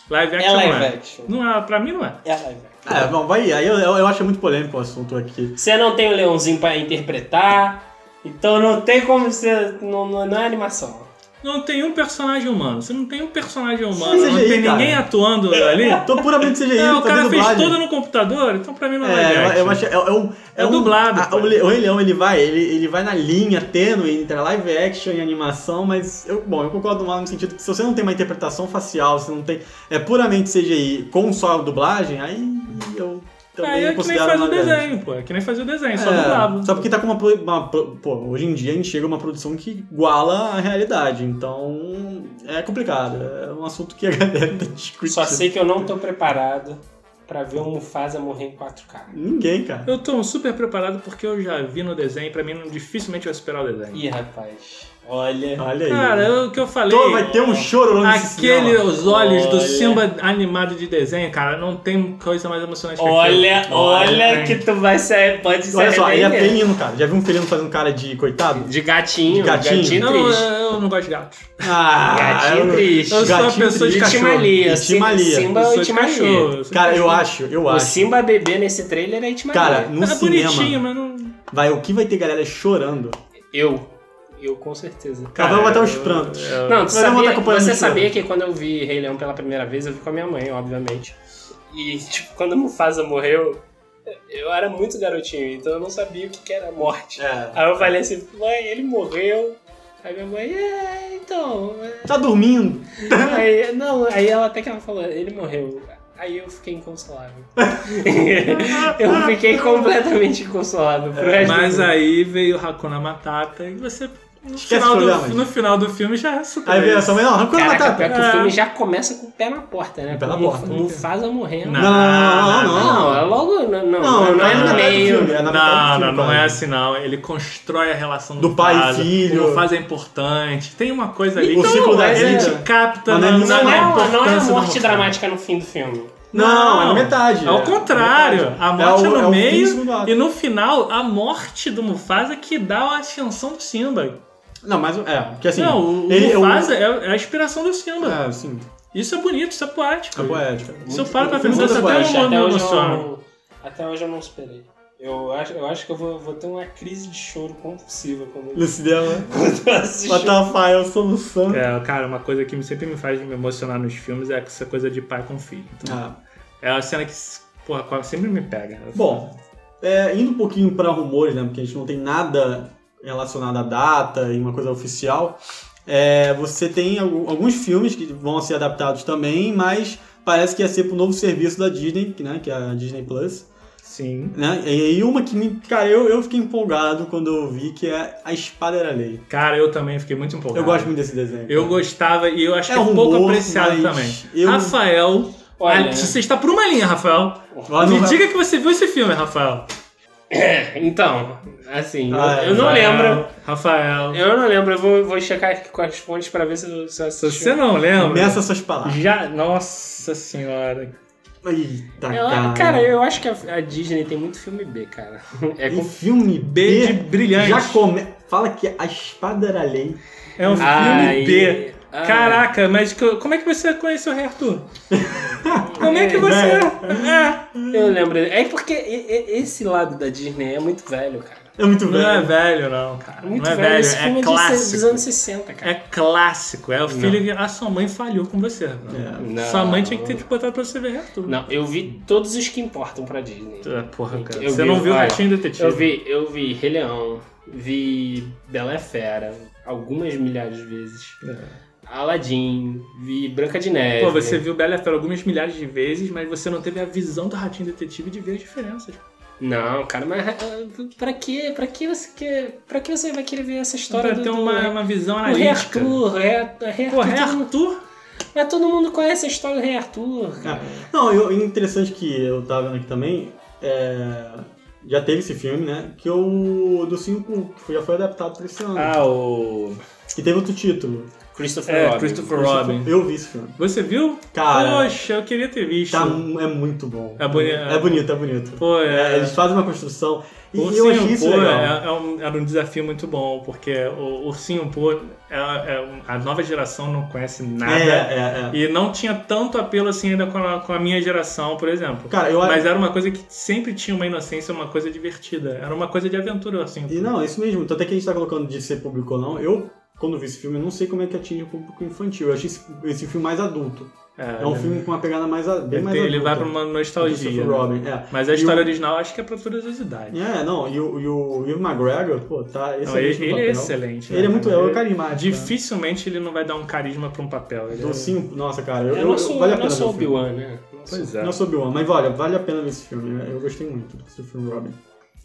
Speaker 4: live
Speaker 3: é
Speaker 4: action não
Speaker 3: live
Speaker 4: é.
Speaker 3: action.
Speaker 4: Não é, pra mim não é.
Speaker 3: É live action.
Speaker 2: É, bom, vai aí. aí Eu, eu, eu acho muito polêmico o assunto aqui.
Speaker 3: Você não tem o leãozinho pra interpretar, então não tem como você. Não, não, não é animação.
Speaker 4: Não tem um personagem humano. Se não tem um personagem humano,
Speaker 2: Mas
Speaker 4: não
Speaker 2: CGI,
Speaker 4: tem
Speaker 2: cara.
Speaker 4: ninguém atuando ali.
Speaker 2: Tô puramente CGI,
Speaker 4: Não, o
Speaker 2: tá
Speaker 4: cara
Speaker 2: vendo
Speaker 4: fez
Speaker 2: dublagem.
Speaker 4: tudo no computador, então pra mim não é, live
Speaker 2: É, eu, eu
Speaker 4: action.
Speaker 2: acho, é, é um,
Speaker 4: É
Speaker 2: um,
Speaker 4: dublado,
Speaker 2: a-
Speaker 4: pô.
Speaker 2: o, Le- o Rei Leão ele vai, ele, ele vai na linha tênue entre a live action e a animação, mas eu, bom, eu concordo mal no sentido que se você não tem uma interpretação facial, se não tem é puramente CGI com só a dublagem, aí eu também
Speaker 4: Aí é que nem
Speaker 2: considero
Speaker 4: faz o
Speaker 2: uma live action.
Speaker 4: desenho, pô. É que nem fazia o desenho, só
Speaker 2: É,
Speaker 4: dublava.
Speaker 2: só porque tá com uma, pro- uma pro- Pô, hoje em dia a gente chega a uma produção que iguala a realidade. Então é complicado. É um assunto que a galera tem discutido.
Speaker 3: Só sei que eu não tô preparado pra ver um Mufasa morrer em 4K.
Speaker 2: Ninguém, cara.
Speaker 4: Eu tô super preparado porque eu já vi no desenho, pra mim não- dificilmente vai superar o desenho.
Speaker 3: Ih, rapaz. Olha.
Speaker 2: Olha aí.
Speaker 4: Cara, eu- o que eu falei.
Speaker 2: Tô- vai ter um choro no
Speaker 4: Aquele
Speaker 2: cinema.
Speaker 4: os olhos do
Speaker 3: Olha.
Speaker 4: Simba animado de desenho, cara, não tem coisa mais emocionante
Speaker 3: Olha,
Speaker 4: que aquilo.
Speaker 3: olha
Speaker 4: tem.
Speaker 3: que tu vai ser. Pode ser.
Speaker 2: Olha só, ele é felino, cara. Já viu um felino fazendo cara de coitado?
Speaker 3: De gatinho,
Speaker 2: De gatinho?
Speaker 3: gatinho
Speaker 4: Não, é.
Speaker 3: triste.
Speaker 4: eu, eu não gosto de gatos.
Speaker 2: Ah,
Speaker 3: Gatinho
Speaker 2: eu-
Speaker 3: triste.
Speaker 4: Eu sou uma
Speaker 2: Gatinho
Speaker 4: pessoa de
Speaker 2: triste.
Speaker 4: cachorro.
Speaker 3: Itimalia.
Speaker 2: Itimalia.
Speaker 3: Simba
Speaker 4: Eu
Speaker 3: é
Speaker 4: sou de
Speaker 3: Itimalia.
Speaker 4: cachorro, eu sou de
Speaker 2: Cara, eu
Speaker 4: cachorro.
Speaker 2: acho, eu
Speaker 3: O
Speaker 2: acho.
Speaker 3: Simba bebê nesse trailer é Itimalia.
Speaker 2: Cara, no
Speaker 4: Tá
Speaker 2: cinema,
Speaker 4: bonitinho, mas não.
Speaker 2: vai, o que vai ter galera chorando?
Speaker 3: Eu. Eu com certeza.
Speaker 2: Cara, vai botar um uns prantos.
Speaker 3: Não, tu
Speaker 2: Mas eu vou estar
Speaker 3: sabia,
Speaker 2: acompanhando
Speaker 3: você
Speaker 2: isso.
Speaker 3: sabia que quando eu vi Rei Leão pela primeira vez, eu vi com a minha mãe, obviamente. E, tipo, quando a Mufasa morreu, eu era muito garotinho, então eu não sabia o que, que era morte.
Speaker 2: É.
Speaker 3: Aí eu falei assim, mãe, ele morreu. Aí minha mãe, é, então. é."
Speaker 2: Tá dormindo.
Speaker 3: Aí, não, aí ela até que ela falou, ele morreu. Aí eu fiquei inconsolável. eu fiquei completamente inconsolável pro resto do
Speaker 4: Mas é.
Speaker 3: filme.
Speaker 4: aí veio o Hakuna Matata e você No,
Speaker 2: Esquece
Speaker 4: final
Speaker 2: o
Speaker 4: do,
Speaker 2: programa,
Speaker 4: no final do filme já é super.
Speaker 2: Aí vem essa mãe, não, arrancou na
Speaker 3: Caraca, pior
Speaker 2: batata.
Speaker 3: que o
Speaker 4: É.
Speaker 3: filme já começa com o pé na porta, né?
Speaker 2: tá- Ah. Pé na
Speaker 3: Com o
Speaker 2: porta. né?
Speaker 3: Mufasa morrendo.
Speaker 4: Não.
Speaker 2: Não, não,
Speaker 3: Não, é
Speaker 2: não.
Speaker 3: logo. Não, não,
Speaker 2: Não,
Speaker 3: não,
Speaker 2: não
Speaker 3: é
Speaker 2: é
Speaker 3: no
Speaker 2: nada do
Speaker 3: meio.
Speaker 2: filme, é na metade
Speaker 4: Não,
Speaker 2: do
Speaker 4: não,
Speaker 2: filme,
Speaker 4: não é
Speaker 2: quase.
Speaker 4: assim não. Ele constrói a relação
Speaker 2: Do pai e
Speaker 4: Mufasa.
Speaker 2: filho.
Speaker 4: O Mufasa é importante. Tem uma coisa ali.
Speaker 2: O
Speaker 4: que
Speaker 2: ciclo da
Speaker 4: ele
Speaker 2: vida.
Speaker 4: te capta
Speaker 2: Mas
Speaker 4: na,
Speaker 2: não é-
Speaker 4: na-
Speaker 3: Não
Speaker 4: na
Speaker 3: é, uma- não é a
Speaker 4: importância do
Speaker 3: morte
Speaker 4: Mufasa.
Speaker 3: dramática no fim do filme.
Speaker 2: Não, é na metade.
Speaker 4: Ao
Speaker 2: é.
Speaker 4: contrário, a
Speaker 2: É
Speaker 4: morte é,
Speaker 2: o- é
Speaker 4: no
Speaker 2: o fim do
Speaker 4: meio
Speaker 2: ato.
Speaker 4: e no final a morte do Mufasa que dá a ascensão do Simba.
Speaker 2: Não, mas é, porque assim.
Speaker 4: não, o,
Speaker 2: ele-
Speaker 4: o
Speaker 2: eu-
Speaker 4: Mufasa é a inspiração do Simba.
Speaker 2: É, assim,
Speaker 4: Isso é bonito, isso é poético.
Speaker 2: é poética.
Speaker 4: Se eu paro pra
Speaker 2: Muito
Speaker 4: pensar, isso até
Speaker 2: poético.
Speaker 4: eu
Speaker 3: até,
Speaker 4: não
Speaker 3: hoje eu
Speaker 4: emociono.
Speaker 3: não, até hoje eu não esperei. Eu acho, eu acho que eu vou, vou ter uma crise de choro compulsiva quando eu
Speaker 2: No cinema,
Speaker 3: quando eu assistir.
Speaker 2: What the fuck, eu sou no Sam.
Speaker 4: É, cara, uma coisa que sempre me faz me emocionar nos filmes é essa coisa de pai com filho. Então,
Speaker 2: Ah,
Speaker 4: É a cena que, porra, quase sempre me pega.
Speaker 2: Bom, é, indo um pouquinho pra rumores, né? Porque a gente não tem nada relacionado à data e uma coisa oficial. é, você tem algu- alguns filmes que vão ser adaptados também, mas parece que ia ser pro novo serviço da Disney, que, né, que é a Disney Plus.
Speaker 4: Sim.
Speaker 2: Né? E aí uma que me. Cara, eu, eu fiquei empolgado quando eu vi que é A Espada Era Lei.
Speaker 4: Cara, eu também fiquei muito empolgado.
Speaker 2: Eu gosto muito desse desenho.
Speaker 4: Eu gostava e eu acho
Speaker 2: É
Speaker 4: que é
Speaker 2: um
Speaker 4: pouco
Speaker 2: humor,
Speaker 4: apreciado
Speaker 2: mas
Speaker 4: também.
Speaker 2: eu-
Speaker 4: Rafael,
Speaker 3: Olha,
Speaker 4: ah, você está por uma linha, Rafael.
Speaker 2: Lá no-
Speaker 4: Me diga que você viu esse filme, Rafael.
Speaker 3: então, assim, eu-
Speaker 2: Ah,
Speaker 3: eu não
Speaker 4: Rafael,
Speaker 3: lembro.
Speaker 4: Rafael.
Speaker 3: Eu não lembro, eu vou, vou checar aqui com as fontes pra ver se eu, se eu
Speaker 4: Se
Speaker 3: assisti.
Speaker 4: você não lembra.
Speaker 2: Começa suas palavras.
Speaker 4: Já. Nossa senhora.
Speaker 2: Eita,
Speaker 3: Eu-
Speaker 2: cara.
Speaker 3: cara, eu acho que a, a Disney tem muito filme B, cara. É
Speaker 2: E
Speaker 3: como...
Speaker 2: filme
Speaker 4: B
Speaker 2: B
Speaker 4: de brilhante.
Speaker 2: já come... fala que a espada era lei.
Speaker 4: É um
Speaker 3: Ai,
Speaker 4: filme B.
Speaker 3: ai.
Speaker 4: Caraca, mas co- como é que você conheceu o Rei Arthur? como é que
Speaker 3: É,
Speaker 4: você.
Speaker 2: né?
Speaker 4: É.
Speaker 3: Eu lembro. É porque e- e- esse lado da Disney é muito velho, cara.
Speaker 2: É muito
Speaker 4: Não é
Speaker 2: velho.
Speaker 4: velho, não, cara.
Speaker 3: Muito
Speaker 4: não é
Speaker 3: velho.
Speaker 4: velho,
Speaker 3: Esse filme é de se-
Speaker 4: é
Speaker 3: dos anos
Speaker 4: clássico.
Speaker 3: 60, cara.
Speaker 4: É clássico. É o filho que a sua mãe falhou com você. Bruno.
Speaker 2: É.
Speaker 3: Não.
Speaker 4: Sua mãe tinha que ter te botado pra você ver Rei Arthur.
Speaker 3: Não, eu vi todos os que importam pra Disney.
Speaker 4: Ah, Porra, cara.
Speaker 3: Eu
Speaker 4: você
Speaker 3: vi,
Speaker 4: não viu o
Speaker 3: olha,
Speaker 4: Ratinho Detetive?
Speaker 3: Eu vi, eu vi Rei Leão, vi Bela e Fera algumas milhares de vezes.
Speaker 4: É.
Speaker 3: Aladdin, vi Branca de
Speaker 2: É,
Speaker 3: Neve.
Speaker 4: Pô, você viu Bela e a Fera algumas milhares de vezes, mas você não teve a visão do Ratinho Detetive de ver as diferenças.
Speaker 3: Não, cara, mas ah, pra que, pra que você quer, pra que você vai querer ver essa história
Speaker 4: Pra
Speaker 3: do,
Speaker 4: ter
Speaker 3: do-
Speaker 4: uma, uma visão
Speaker 3: o Rei
Speaker 4: analítica.
Speaker 3: Arthur, Rei Arthur, Rei
Speaker 4: Pô,
Speaker 3: Arthur,
Speaker 4: Rei
Speaker 3: todo mundo-
Speaker 4: Arthur?
Speaker 3: mas todo mundo conhece a história do Rei Arthur, cara.
Speaker 2: Não, eu, e interessante que eu tava vendo aqui também. é, Já teve esse filme, né? Que é o do 5, que foi- já foi adaptado pra esse ano.
Speaker 4: Ah, o.
Speaker 2: E teve outro título.
Speaker 3: Christopher
Speaker 4: É,
Speaker 3: Robin.
Speaker 4: Christopher Robin.
Speaker 2: Eu vi esse filme.
Speaker 4: Você viu?
Speaker 2: Cara.
Speaker 4: Poxa, eu queria ter visto.
Speaker 2: Tá, mu- é muito bom.
Speaker 4: É boni-
Speaker 2: É bonito, é bonito.
Speaker 4: Pô,
Speaker 2: É,
Speaker 4: é.
Speaker 2: eles fazem uma construção. E
Speaker 4: Ursinho
Speaker 2: eu achei isso
Speaker 4: Pô
Speaker 2: legal.
Speaker 4: é- é um- era um desafio muito bom, porque o Ursinho Pô, é, é um- a nova geração não conhece nada.
Speaker 2: É, é, é.
Speaker 4: E não tinha tanto apelo assim ainda com a, com a minha geração, por exemplo.
Speaker 2: Cara, eu
Speaker 4: Mas era uma coisa que sempre tinha uma inocência, uma coisa divertida. Era uma coisa de aventura, assim.
Speaker 2: E não, isso mesmo. Tanto é que a gente tá colocando de ser público ou não. Eu, quando vi esse filme, eu não sei como é que atinge o público infantil. Eu achei esse, esse filme mais adulto. É um
Speaker 4: né?
Speaker 2: filme com uma pegada mais, a- bem
Speaker 4: Ele,
Speaker 2: mais
Speaker 4: tem-
Speaker 2: adulta.
Speaker 4: ele vai pra uma
Speaker 2: do
Speaker 4: nostalgia.
Speaker 2: Christopher
Speaker 4: né?
Speaker 2: Robin, é.
Speaker 4: Mas a história
Speaker 2: E
Speaker 4: original acho que é pra todas as idades.
Speaker 2: o, É, não. E o, e o Ivo McGregor, pô, tá
Speaker 4: Não,
Speaker 2: excelente
Speaker 4: ele,
Speaker 2: no
Speaker 4: ele é
Speaker 2: papel.
Speaker 4: excelente.
Speaker 2: Ele é
Speaker 4: né?
Speaker 2: muito... É carismático.
Speaker 4: Dificilmente ele não vai dar um carisma pra um papel. Ele
Speaker 2: Né? Do
Speaker 4: é...
Speaker 2: cinco, nossa, cara. Eu,
Speaker 3: É
Speaker 2: eu,
Speaker 3: nosso,
Speaker 2: vale a pena
Speaker 3: nosso
Speaker 2: ver o filme.
Speaker 3: Obi-Wan, né? Nosso-
Speaker 4: Pois é.
Speaker 2: Não soube o mas olha, vale a pena ver esse filme. né? Eu gostei muito do Christopher Robin.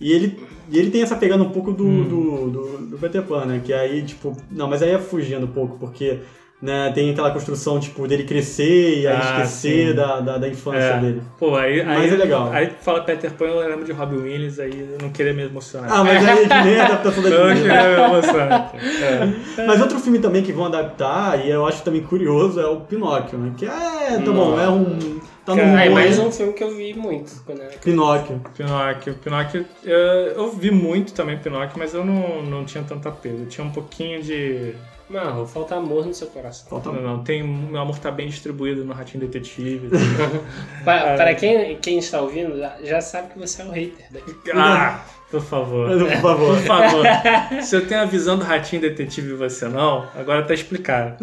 Speaker 2: E ele, e ele tem essa pegada um pouco do,
Speaker 4: Hum.
Speaker 2: do, do, do Peter Pan, né? Que aí, tipo. Não, mas aí é fugindo um pouco, porque né, tem aquela construção, tipo, dele crescer e aí
Speaker 4: Ah, sim.
Speaker 2: esquecer da, da, da infância
Speaker 4: É.
Speaker 2: dele.
Speaker 4: Pô, aí,
Speaker 2: Mas
Speaker 4: aí,
Speaker 2: é legal.
Speaker 4: Aí fala Peter Pan, eu lembro de Robin Williams, aí eu não queria me emocionar.
Speaker 2: Ah, mas aí é que nem a adaptação da
Speaker 4: eu não
Speaker 2: Disney. né?
Speaker 4: queria me emocionar. É.
Speaker 2: Mas outro filme também que vão adaptar, e eu acho também curioso, é o Pinóquio, né? Que é, tá bom, é um. Tá no
Speaker 4: Cara,
Speaker 3: Ah, é
Speaker 2: humor,
Speaker 3: mais
Speaker 2: né?
Speaker 3: um filme que eu vi muito quando era criança.
Speaker 2: Pinóquio.
Speaker 4: Pinóquio, Pinóquio, eu, eu vi muito também Pinóquio, mas eu não, não tinha tanto apego. Eu tinha um pouquinho de.
Speaker 3: Marro, falta amor no seu coração.
Speaker 2: Falta
Speaker 4: Não, não, tem, meu amor tá bem distribuído no Ratinho Detetive.
Speaker 3: Pa- para quem, quem está ouvindo, já- já sabe que você é um hater daqui.
Speaker 4: ah, por favor.
Speaker 2: Por favor.
Speaker 4: Por favor, se eu tenho a visão do Ratinho Detetive e você não, agora tá explicado.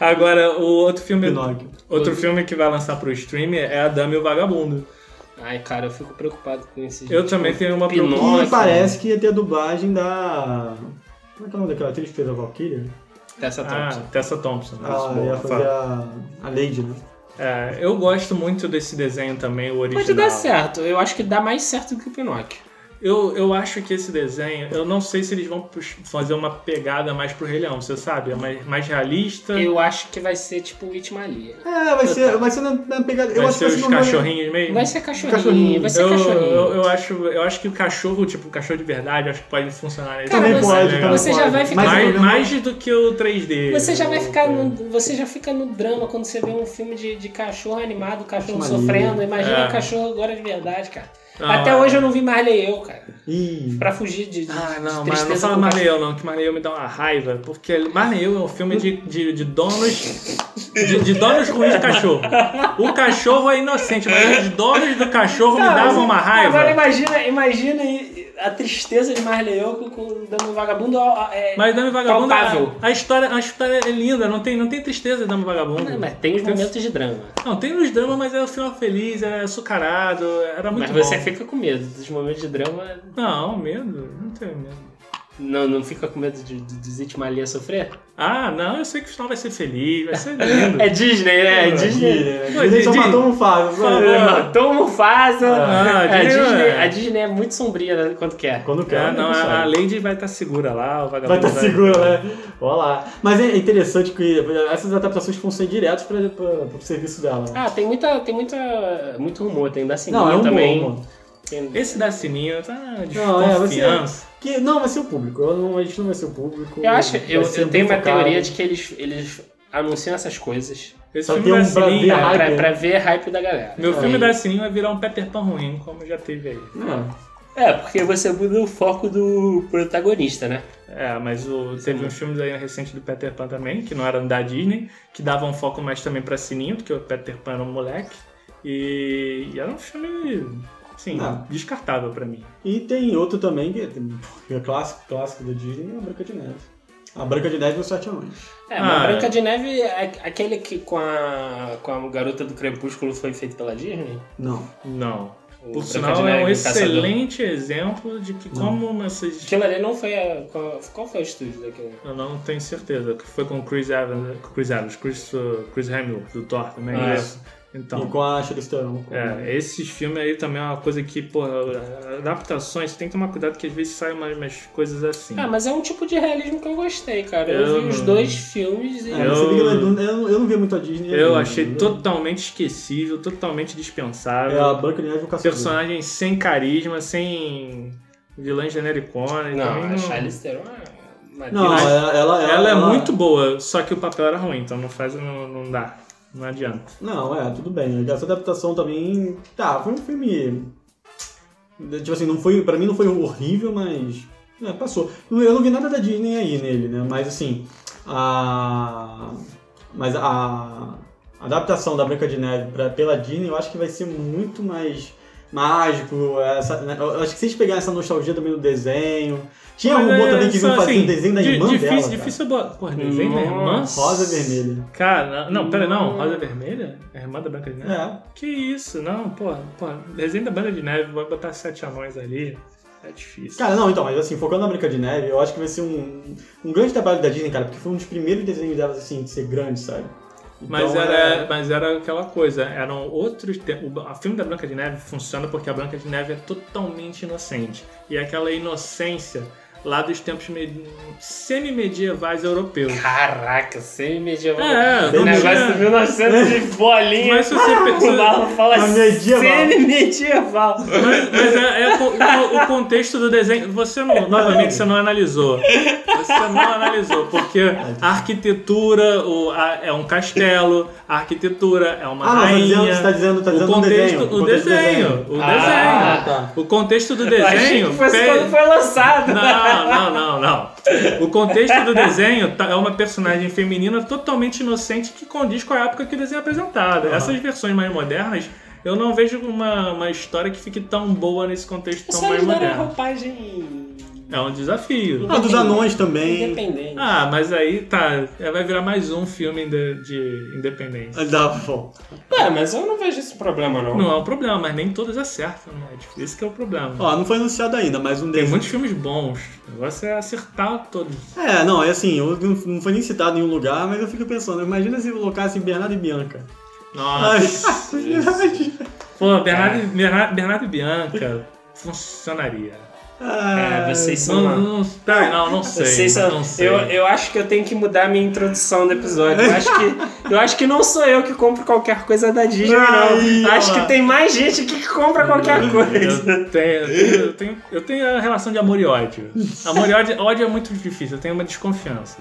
Speaker 4: Agora, o outro filme.
Speaker 2: Pinóquio.
Speaker 4: Outro filme que vai lançar pro stream é A Dama e o Vagabundo.
Speaker 3: Ai, cara, eu fico preocupado com esse
Speaker 4: Eu
Speaker 3: gente.
Speaker 4: também tenho uma
Speaker 3: Pinóquio.
Speaker 4: preocupação.
Speaker 2: E parece que ia ter a dublagem da. Como é que é o nome daquela atriz que fez a Valkyria?
Speaker 3: Tessa
Speaker 4: Ah,
Speaker 3: Thompson.
Speaker 4: Tessa Thompson.
Speaker 2: Ela
Speaker 4: Isso,
Speaker 2: Ah, ia
Speaker 4: Ah, boa,
Speaker 2: fazer a, a Lady, né?
Speaker 4: É, eu gosto muito desse desenho também, o original.
Speaker 3: Pode dar certo. Eu acho que dá mais certo do que o Pinóquio.
Speaker 4: Eu, eu acho que esse desenho, eu não sei se eles vão pux- fazer uma pegada mais pro Rei Leão, você sabe? É mais, mais realista.
Speaker 3: Eu acho que vai ser tipo Itmalia.
Speaker 2: É, vai ser, vai ser na, na pegada. eu
Speaker 4: vai
Speaker 2: acho
Speaker 4: ser
Speaker 2: que vai
Speaker 4: os
Speaker 2: ser numa-
Speaker 4: cachorrinhos mesmo.
Speaker 3: Vai ser cachorrinho,
Speaker 2: Cachorrinho.
Speaker 3: vai ser
Speaker 4: eu,
Speaker 3: cachorrinho.
Speaker 4: eu, eu acho, eu acho que o cachorro, tipo, o cachorro de verdade, acho que pode funcionar nesse
Speaker 3: Cara,
Speaker 2: Também
Speaker 3: você-
Speaker 2: pode,
Speaker 4: desenho,
Speaker 2: também
Speaker 3: você já
Speaker 2: pode.
Speaker 3: vai ficar-
Speaker 2: Mas o
Speaker 4: mais,
Speaker 2: problema-
Speaker 4: mais do que o 3D.
Speaker 3: Você já vai
Speaker 4: o-
Speaker 3: ficar no, você já fica no drama quando você vê um filme de, de cachorro animado, cachorro
Speaker 2: Imagina.
Speaker 3: sofrendo. Imagina
Speaker 4: É.
Speaker 3: o cachorro agora de verdade, cara.
Speaker 4: Não,
Speaker 3: Até
Speaker 4: é.
Speaker 3: hoje eu não vi Marley eu, cara.
Speaker 2: Ih,
Speaker 3: Pra fugir de, de,
Speaker 4: Ah, não,
Speaker 3: de
Speaker 4: mas
Speaker 3: tristeza.
Speaker 4: não fala
Speaker 3: com
Speaker 4: Marley eu não, que Marley eu me dá uma raiva. Porque Marley eu é um filme de, de, de donos. De, de donos ruins de cachorro. O cachorro é inocente, mas os donos do cachorro me
Speaker 3: Cara,
Speaker 4: davam uma raiva.
Speaker 3: Agora imagina, imagina aí a tristeza de Marley eu com, com dando um vagabundo. ó, ó, É,
Speaker 4: Mas Dama e Vagabundo,
Speaker 3: Palpável.
Speaker 4: a, a história, a história é linda, não tem, não tem tristeza em Dama e Vagabundo.
Speaker 3: Não, mas tem os momentos de drama.
Speaker 4: Não, tem os dramas, mas é o final feliz, é açucarado, era muito
Speaker 3: mas
Speaker 4: bom.
Speaker 3: você fica com medo dos momentos de drama.
Speaker 4: Não, medo, não tenho medo.
Speaker 3: Não, não fica com medo de, de, de Zit Malia sofrer?
Speaker 4: Ah, não, eu sei que o final vai ser feliz, vai ser lindo.
Speaker 3: É Disney, né? É Disney.
Speaker 4: Pô,
Speaker 2: Ele só
Speaker 4: Didi,
Speaker 2: matou um fado.
Speaker 4: por
Speaker 3: Ele
Speaker 4: favor.
Speaker 3: matou o Mufasa.
Speaker 4: Ah,
Speaker 3: um É, a,
Speaker 4: Disney,
Speaker 3: Disney,
Speaker 4: é.
Speaker 3: a Disney é muito sombria né, quanto quer.
Speaker 2: Quando
Speaker 4: É,
Speaker 2: quer.
Speaker 4: não,
Speaker 2: sabe.
Speaker 4: a, a Lady é vai estar segura lá, o vagabundo
Speaker 2: Vai estar seguro, né? Olha lá. Mas é interessante que essas adaptações vão ser diretas para o serviço dela. né?
Speaker 3: Ah, tem muita. Tem muita. Muito rumor, tem da Sininho
Speaker 2: não, é um
Speaker 3: também.
Speaker 2: bom. mano.
Speaker 3: Tem-
Speaker 4: Esse da Sininho tá de
Speaker 2: Não, é, vai ser-
Speaker 4: confiança.
Speaker 2: Que não vai ser o público. Eu não, a gente não vai ser o público.
Speaker 3: Eu acho,
Speaker 2: Vai
Speaker 3: eu,
Speaker 2: ser
Speaker 3: eu tenho
Speaker 2: muito
Speaker 3: uma
Speaker 2: focado.
Speaker 3: teoria de que eles, eles anunciam essas coisas
Speaker 4: Esse
Speaker 2: Só tem
Speaker 4: filme da
Speaker 2: um
Speaker 4: Sininho.
Speaker 2: pra-
Speaker 3: pra,
Speaker 2: Hype, né?
Speaker 3: pra ver hype da galera.
Speaker 4: É Meu
Speaker 3: É.
Speaker 4: filme da Sininho vai virar um Peter Pan ruim, como já teve aí.
Speaker 2: É.
Speaker 3: É, porque você muda o foco do protagonista, né?
Speaker 4: É, mas o, teve uns filmes aí recente do Peter Pan também, que não eram da Disney, que davam um foco mais também pra Sininho, porque o Peter Pan era um moleque. E, e era um filme, assim,
Speaker 2: Ah.
Speaker 4: descartável pra mim.
Speaker 2: E tem outro também, que que é clássico, clássico da Disney, é a Branca de Neve. A Branca de Neve e os Sete Anões.
Speaker 3: É, mas
Speaker 4: Ah,
Speaker 3: Branca
Speaker 4: é.
Speaker 3: de Neve, é aquele que com a, com a garota do Crepúsculo foi feito pela Disney?
Speaker 2: Não.
Speaker 4: Não.
Speaker 3: O
Speaker 4: Por
Speaker 3: Branca de
Speaker 4: sinal,
Speaker 3: Neve e
Speaker 4: é um
Speaker 3: o né, Caçador.
Speaker 4: excelente exemplo de que como essas...
Speaker 3: Aquilo ali não foi a. Qual, qual foi o estúdio daquele?
Speaker 4: Eu não tenho certeza, que foi com o Chris Evans, com o Chris Evans, Chris, uh, Chris Hemsworth, do Thor também.
Speaker 3: Ah,
Speaker 4: Isso. Então,
Speaker 2: E com a Charlize Theron. com-
Speaker 4: É, esses filmes aí também é uma coisa que, porra, adaptações, tem que tomar cuidado que às vezes saem umas, umas coisas assim.
Speaker 3: Ah, mas é um tipo de realismo que eu gostei, cara. Eu,
Speaker 4: Eu
Speaker 3: vi os
Speaker 4: não-
Speaker 3: dois filmes e.
Speaker 2: É, mas você vê que ela- eu... não- eu não vi muito a Disney.
Speaker 4: Eu
Speaker 2: né?
Speaker 4: achei totalmente esquecível, totalmente
Speaker 2: É
Speaker 4: dispensável.
Speaker 2: a Branca de Neve e o Caçador.
Speaker 4: Personagens sem carisma, sem vilãs genericona.
Speaker 3: Não,
Speaker 4: também
Speaker 3: a Charlize Theron é uma
Speaker 2: Não,
Speaker 3: deusa.
Speaker 2: ela, ela,
Speaker 4: Ela é muito boa, só que o papel era ruim, então não faz, não, não dá. Não adianta.
Speaker 2: Não, é, tudo bem. Essa adaptação também. Tá, foi um filme. Tipo assim, não foi, pra mim não foi horrível, mas. é, passou. Eu não vi nada da Disney aí nele, né? Mas assim. A. Mas a. a adaptação da Branca de Neve pra, pela Disney eu acho que vai ser muito mais mágico. essa- né, eu acho que se eles pegarem essa nostalgia também do desenho. Tinha um
Speaker 4: Mas,
Speaker 2: robô
Speaker 4: é,
Speaker 2: também que
Speaker 4: só
Speaker 2: vinha fazer
Speaker 4: assim,
Speaker 2: um desenho da
Speaker 4: di-
Speaker 2: irmã
Speaker 4: difícil,
Speaker 2: dela. cara.
Speaker 4: Difícil é boa. Porra, desenho da irmã?
Speaker 3: Nossa.
Speaker 2: Rosa e vermelha.
Speaker 4: Cara, não, pera, não. Rosa Vermelha? É a irmã da Branca de Neve?
Speaker 2: É.
Speaker 4: Que isso, não, pô, pô, desenho da Branca de Neve, vai botar sete anões ali, é difícil.
Speaker 2: Cara, não, então, mas assim, focando na Branca de Neve, eu acho que vai ser um, um grande trabalho da Disney, cara, porque foi um dos primeiros desenhos delas, assim, de ser grande, sabe? Então,
Speaker 4: mas, era,
Speaker 2: é-
Speaker 4: mas era aquela coisa, eram outros tempos. O filme da Branca de Neve funciona porque a Branca de Neve é totalmente inocente. E é aquela inocência lá dos tempos med- semi-medievais europeus.
Speaker 3: Caraca, semi-medieval.
Speaker 4: É,
Speaker 3: o
Speaker 2: não
Speaker 3: negócio
Speaker 4: tinha- É.
Speaker 3: de 1900 de bolinha.
Speaker 4: Mas se você
Speaker 3: o Marlon
Speaker 4: pensa.
Speaker 3: fala
Speaker 2: Mas medieval.
Speaker 3: semi-medieval.
Speaker 4: Mas, mas é, é co- o, o contexto do desenho. Você não, novamente, você não analisou. Você não analisou, porque a arquitetura o- a- é um castelo, a arquitetura é uma
Speaker 2: Ah, não, tá
Speaker 4: rainha.
Speaker 2: dizendo- você tá dizendo- tá
Speaker 4: o
Speaker 2: dizendo um
Speaker 4: contexto,
Speaker 2: desenho,
Speaker 4: o
Speaker 2: um contexto do
Speaker 4: desenho,
Speaker 2: desenho.
Speaker 4: o
Speaker 3: Ah,
Speaker 4: desenho.
Speaker 2: tá.
Speaker 4: O contexto do
Speaker 3: Eu Achei
Speaker 4: desenho.
Speaker 3: que fosse
Speaker 4: pe-
Speaker 3: quando foi lançado.
Speaker 4: Não, não, não, não. O contexto do desenho tá- é uma personagem feminina totalmente inocente que condiz com a época que o desenho é apresentado. Essas versões mais modernas, eu não vejo uma, uma história que fique tão boa nesse contexto tão
Speaker 3: Só
Speaker 4: mais
Speaker 3: eles deram a
Speaker 4: moderno.
Speaker 3: roupagem
Speaker 4: É um desafio.
Speaker 2: Ah, dos anões também.
Speaker 3: independente.
Speaker 4: Ah, mas aí tá. é, Vai virar mais um filme de, de independência.
Speaker 2: Dá, bom.
Speaker 3: É, mas eu não vejo esse problema, não.
Speaker 4: Não é um problema, mas nem todos acertam, né? Tipo, Esse que é o problema.
Speaker 2: Ó, não foi anunciado ainda, mas um
Speaker 4: Tem
Speaker 2: desenho.
Speaker 4: muitos filmes bons. O negócio é acertar todos.
Speaker 2: É, não, é assim, eu não, não foi nem citado em nenhum lugar, mas eu fico pensando, imagina se colocasse Bernardo e Bianca.
Speaker 4: Nossa.
Speaker 2: Ai,
Speaker 4: Pô, Bernardo, Bernardo, Bernardo e Bianca funcionaria.
Speaker 2: Ah,
Speaker 3: É, vocês são.
Speaker 4: Não, não, tá, não, não sei.
Speaker 3: Vocês são-
Speaker 4: não sei.
Speaker 3: Eu, eu acho que eu tenho que mudar minha introdução do episódio. Eu acho que, eu acho que não sou eu que compro qualquer coisa da Disney,
Speaker 4: Ai,
Speaker 3: não. Acho
Speaker 4: olha.
Speaker 3: que tem mais gente aqui que compra qualquer coisa.
Speaker 4: Eu tenho, eu, tenho, eu, tenho, eu tenho a relação de amor e ódio. Amor e ódio, ódio é muito difícil, eu tenho uma desconfiança.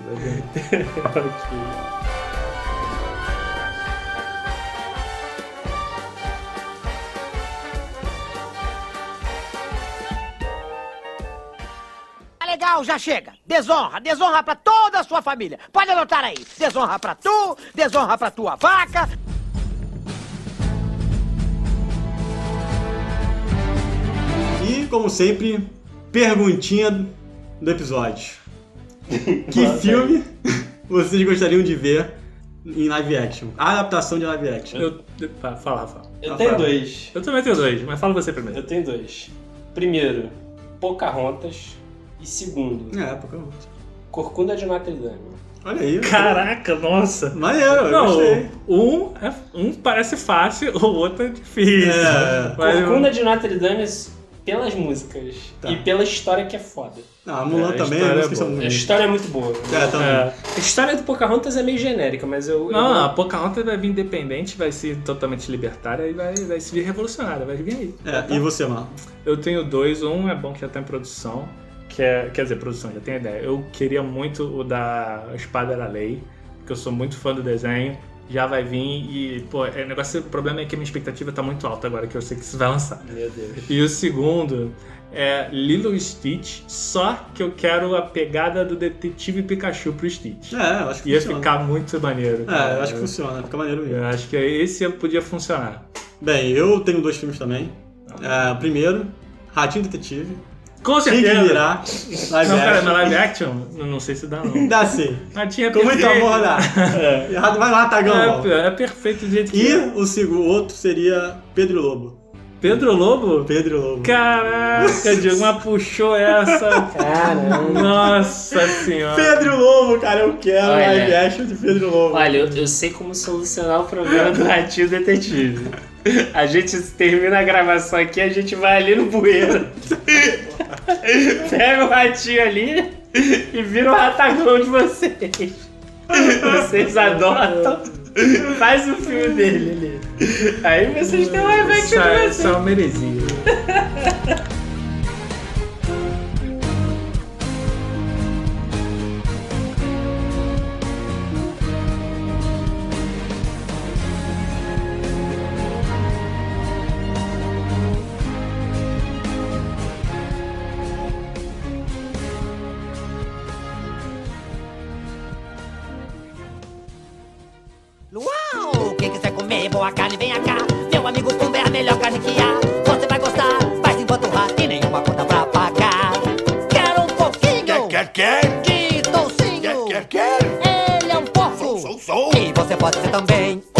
Speaker 5: Tá legal, já chega. Desonra, desonra pra toda a sua família. Pode anotar aí. Desonra pra tu, desonra pra tua vaca.
Speaker 2: E, como sempre, perguntinha do episódio. Que filme vocês gostariam de ver em live action? A adaptação de live action.
Speaker 4: Eu, eu, fa- fala, fala.
Speaker 3: Eu
Speaker 2: tenho
Speaker 3: dois.
Speaker 4: Eu também tenho dois, mas fala você primeiro.
Speaker 3: tenho dois. Primeiro, Pocahontas. E segundo,
Speaker 2: É, Pocahontas.
Speaker 3: Corcunda de Notre Dame.
Speaker 2: Olha aí.
Speaker 4: Caraca, nossa.
Speaker 2: Maneiro, eu
Speaker 4: Não,
Speaker 2: gostei.
Speaker 4: um, é- um parece fácil, o outro é difícil.
Speaker 2: É.
Speaker 4: Mas eu-
Speaker 3: Corcunda de Notre Dame pelas músicas
Speaker 2: Tá.
Speaker 3: e pela história que é foda.
Speaker 2: Não, a Ah, Mulan
Speaker 4: É, a
Speaker 2: também,
Speaker 4: história
Speaker 2: as
Speaker 4: é
Speaker 2: músicas são
Speaker 4: boa.
Speaker 2: muito
Speaker 3: A
Speaker 2: bonitas.
Speaker 3: história é muito boa.
Speaker 2: É, também.
Speaker 4: é.
Speaker 3: A história do Pocahontas é meio genérica, mas eu. eu-
Speaker 4: Não, a Pocahontas vai vir independente, vai ser totalmente libertária e vai, vai se vir revolucionária, vai vir aí.
Speaker 2: É, e você, Mal?
Speaker 4: Eu tenho dois, um é bom que já tá em produção, que é, quer dizer, produção, já tem ideia. Eu queria muito o da Espada era Lei, porque eu sou muito fã do desenho, já vai vir e, pô, é, o negócio, o problema é que a minha expectativa tá muito alta agora, que eu sei que isso vai lançar.
Speaker 3: Meu Deus.
Speaker 4: E o segundo é Lilo e Stitch, só que eu quero a pegada do Detetive Pikachu pro Stitch.
Speaker 2: É, eu acho que
Speaker 4: Ia
Speaker 2: funciona.
Speaker 4: ficar É. muito maneiro.
Speaker 2: É, eu acho que funciona, fica maneiro mesmo.
Speaker 4: Eu acho que esse podia funcionar.
Speaker 2: Bem, eu tenho dois filmes também. É, primeiro, Ratinho Detetive.
Speaker 4: Com
Speaker 2: Tem que
Speaker 4: certeza.
Speaker 2: virar. Live
Speaker 4: Não, cara,
Speaker 2: action.
Speaker 4: na live action, eu não sei se dá, não.
Speaker 2: Dá sim.
Speaker 4: Mas tinha
Speaker 2: Com muito
Speaker 4: perfeito.
Speaker 2: amor dá. Errado, Vai lá, Tagão. Mal.
Speaker 4: É, é perfeito do jeito que
Speaker 2: E
Speaker 4: é.
Speaker 2: o segundo, outro seria Pedro e Lobo.
Speaker 4: Pedro Lobo?
Speaker 2: Pedro e Lobo.
Speaker 4: Caraca, Diego, mas puxou essa.
Speaker 3: Caramba.
Speaker 4: Nossa senhora.
Speaker 2: Pedro e Lobo, cara, eu quero
Speaker 3: Olha.
Speaker 2: live action de Pedro e Lobo.
Speaker 3: Olha, eu, eu sei como solucionar o problema do ratinho detetive. A gente termina a gravação aqui, a gente vai ali no bueiro. Pega o ratinho ali e vira o ratagão de vocês. Vocês adotam, faz o filme dele ali. Aí vocês têm um live action de
Speaker 4: Essa,
Speaker 3: vocês.
Speaker 4: essa é uma heresia.
Speaker 5: Luau! Quem quiser comer boa carne, vem cá. Meu amigo, tu é a melhor carne que há. Você vai gostar, vai se empanturrar e nenhuma conta pra pagar. Quero um pouquinho
Speaker 6: Quer, quer,
Speaker 5: de toucinho.
Speaker 6: quer, quer, quer.
Speaker 5: Ele é um porco.
Speaker 6: Sou, sou, sou.
Speaker 5: E você pode ser também.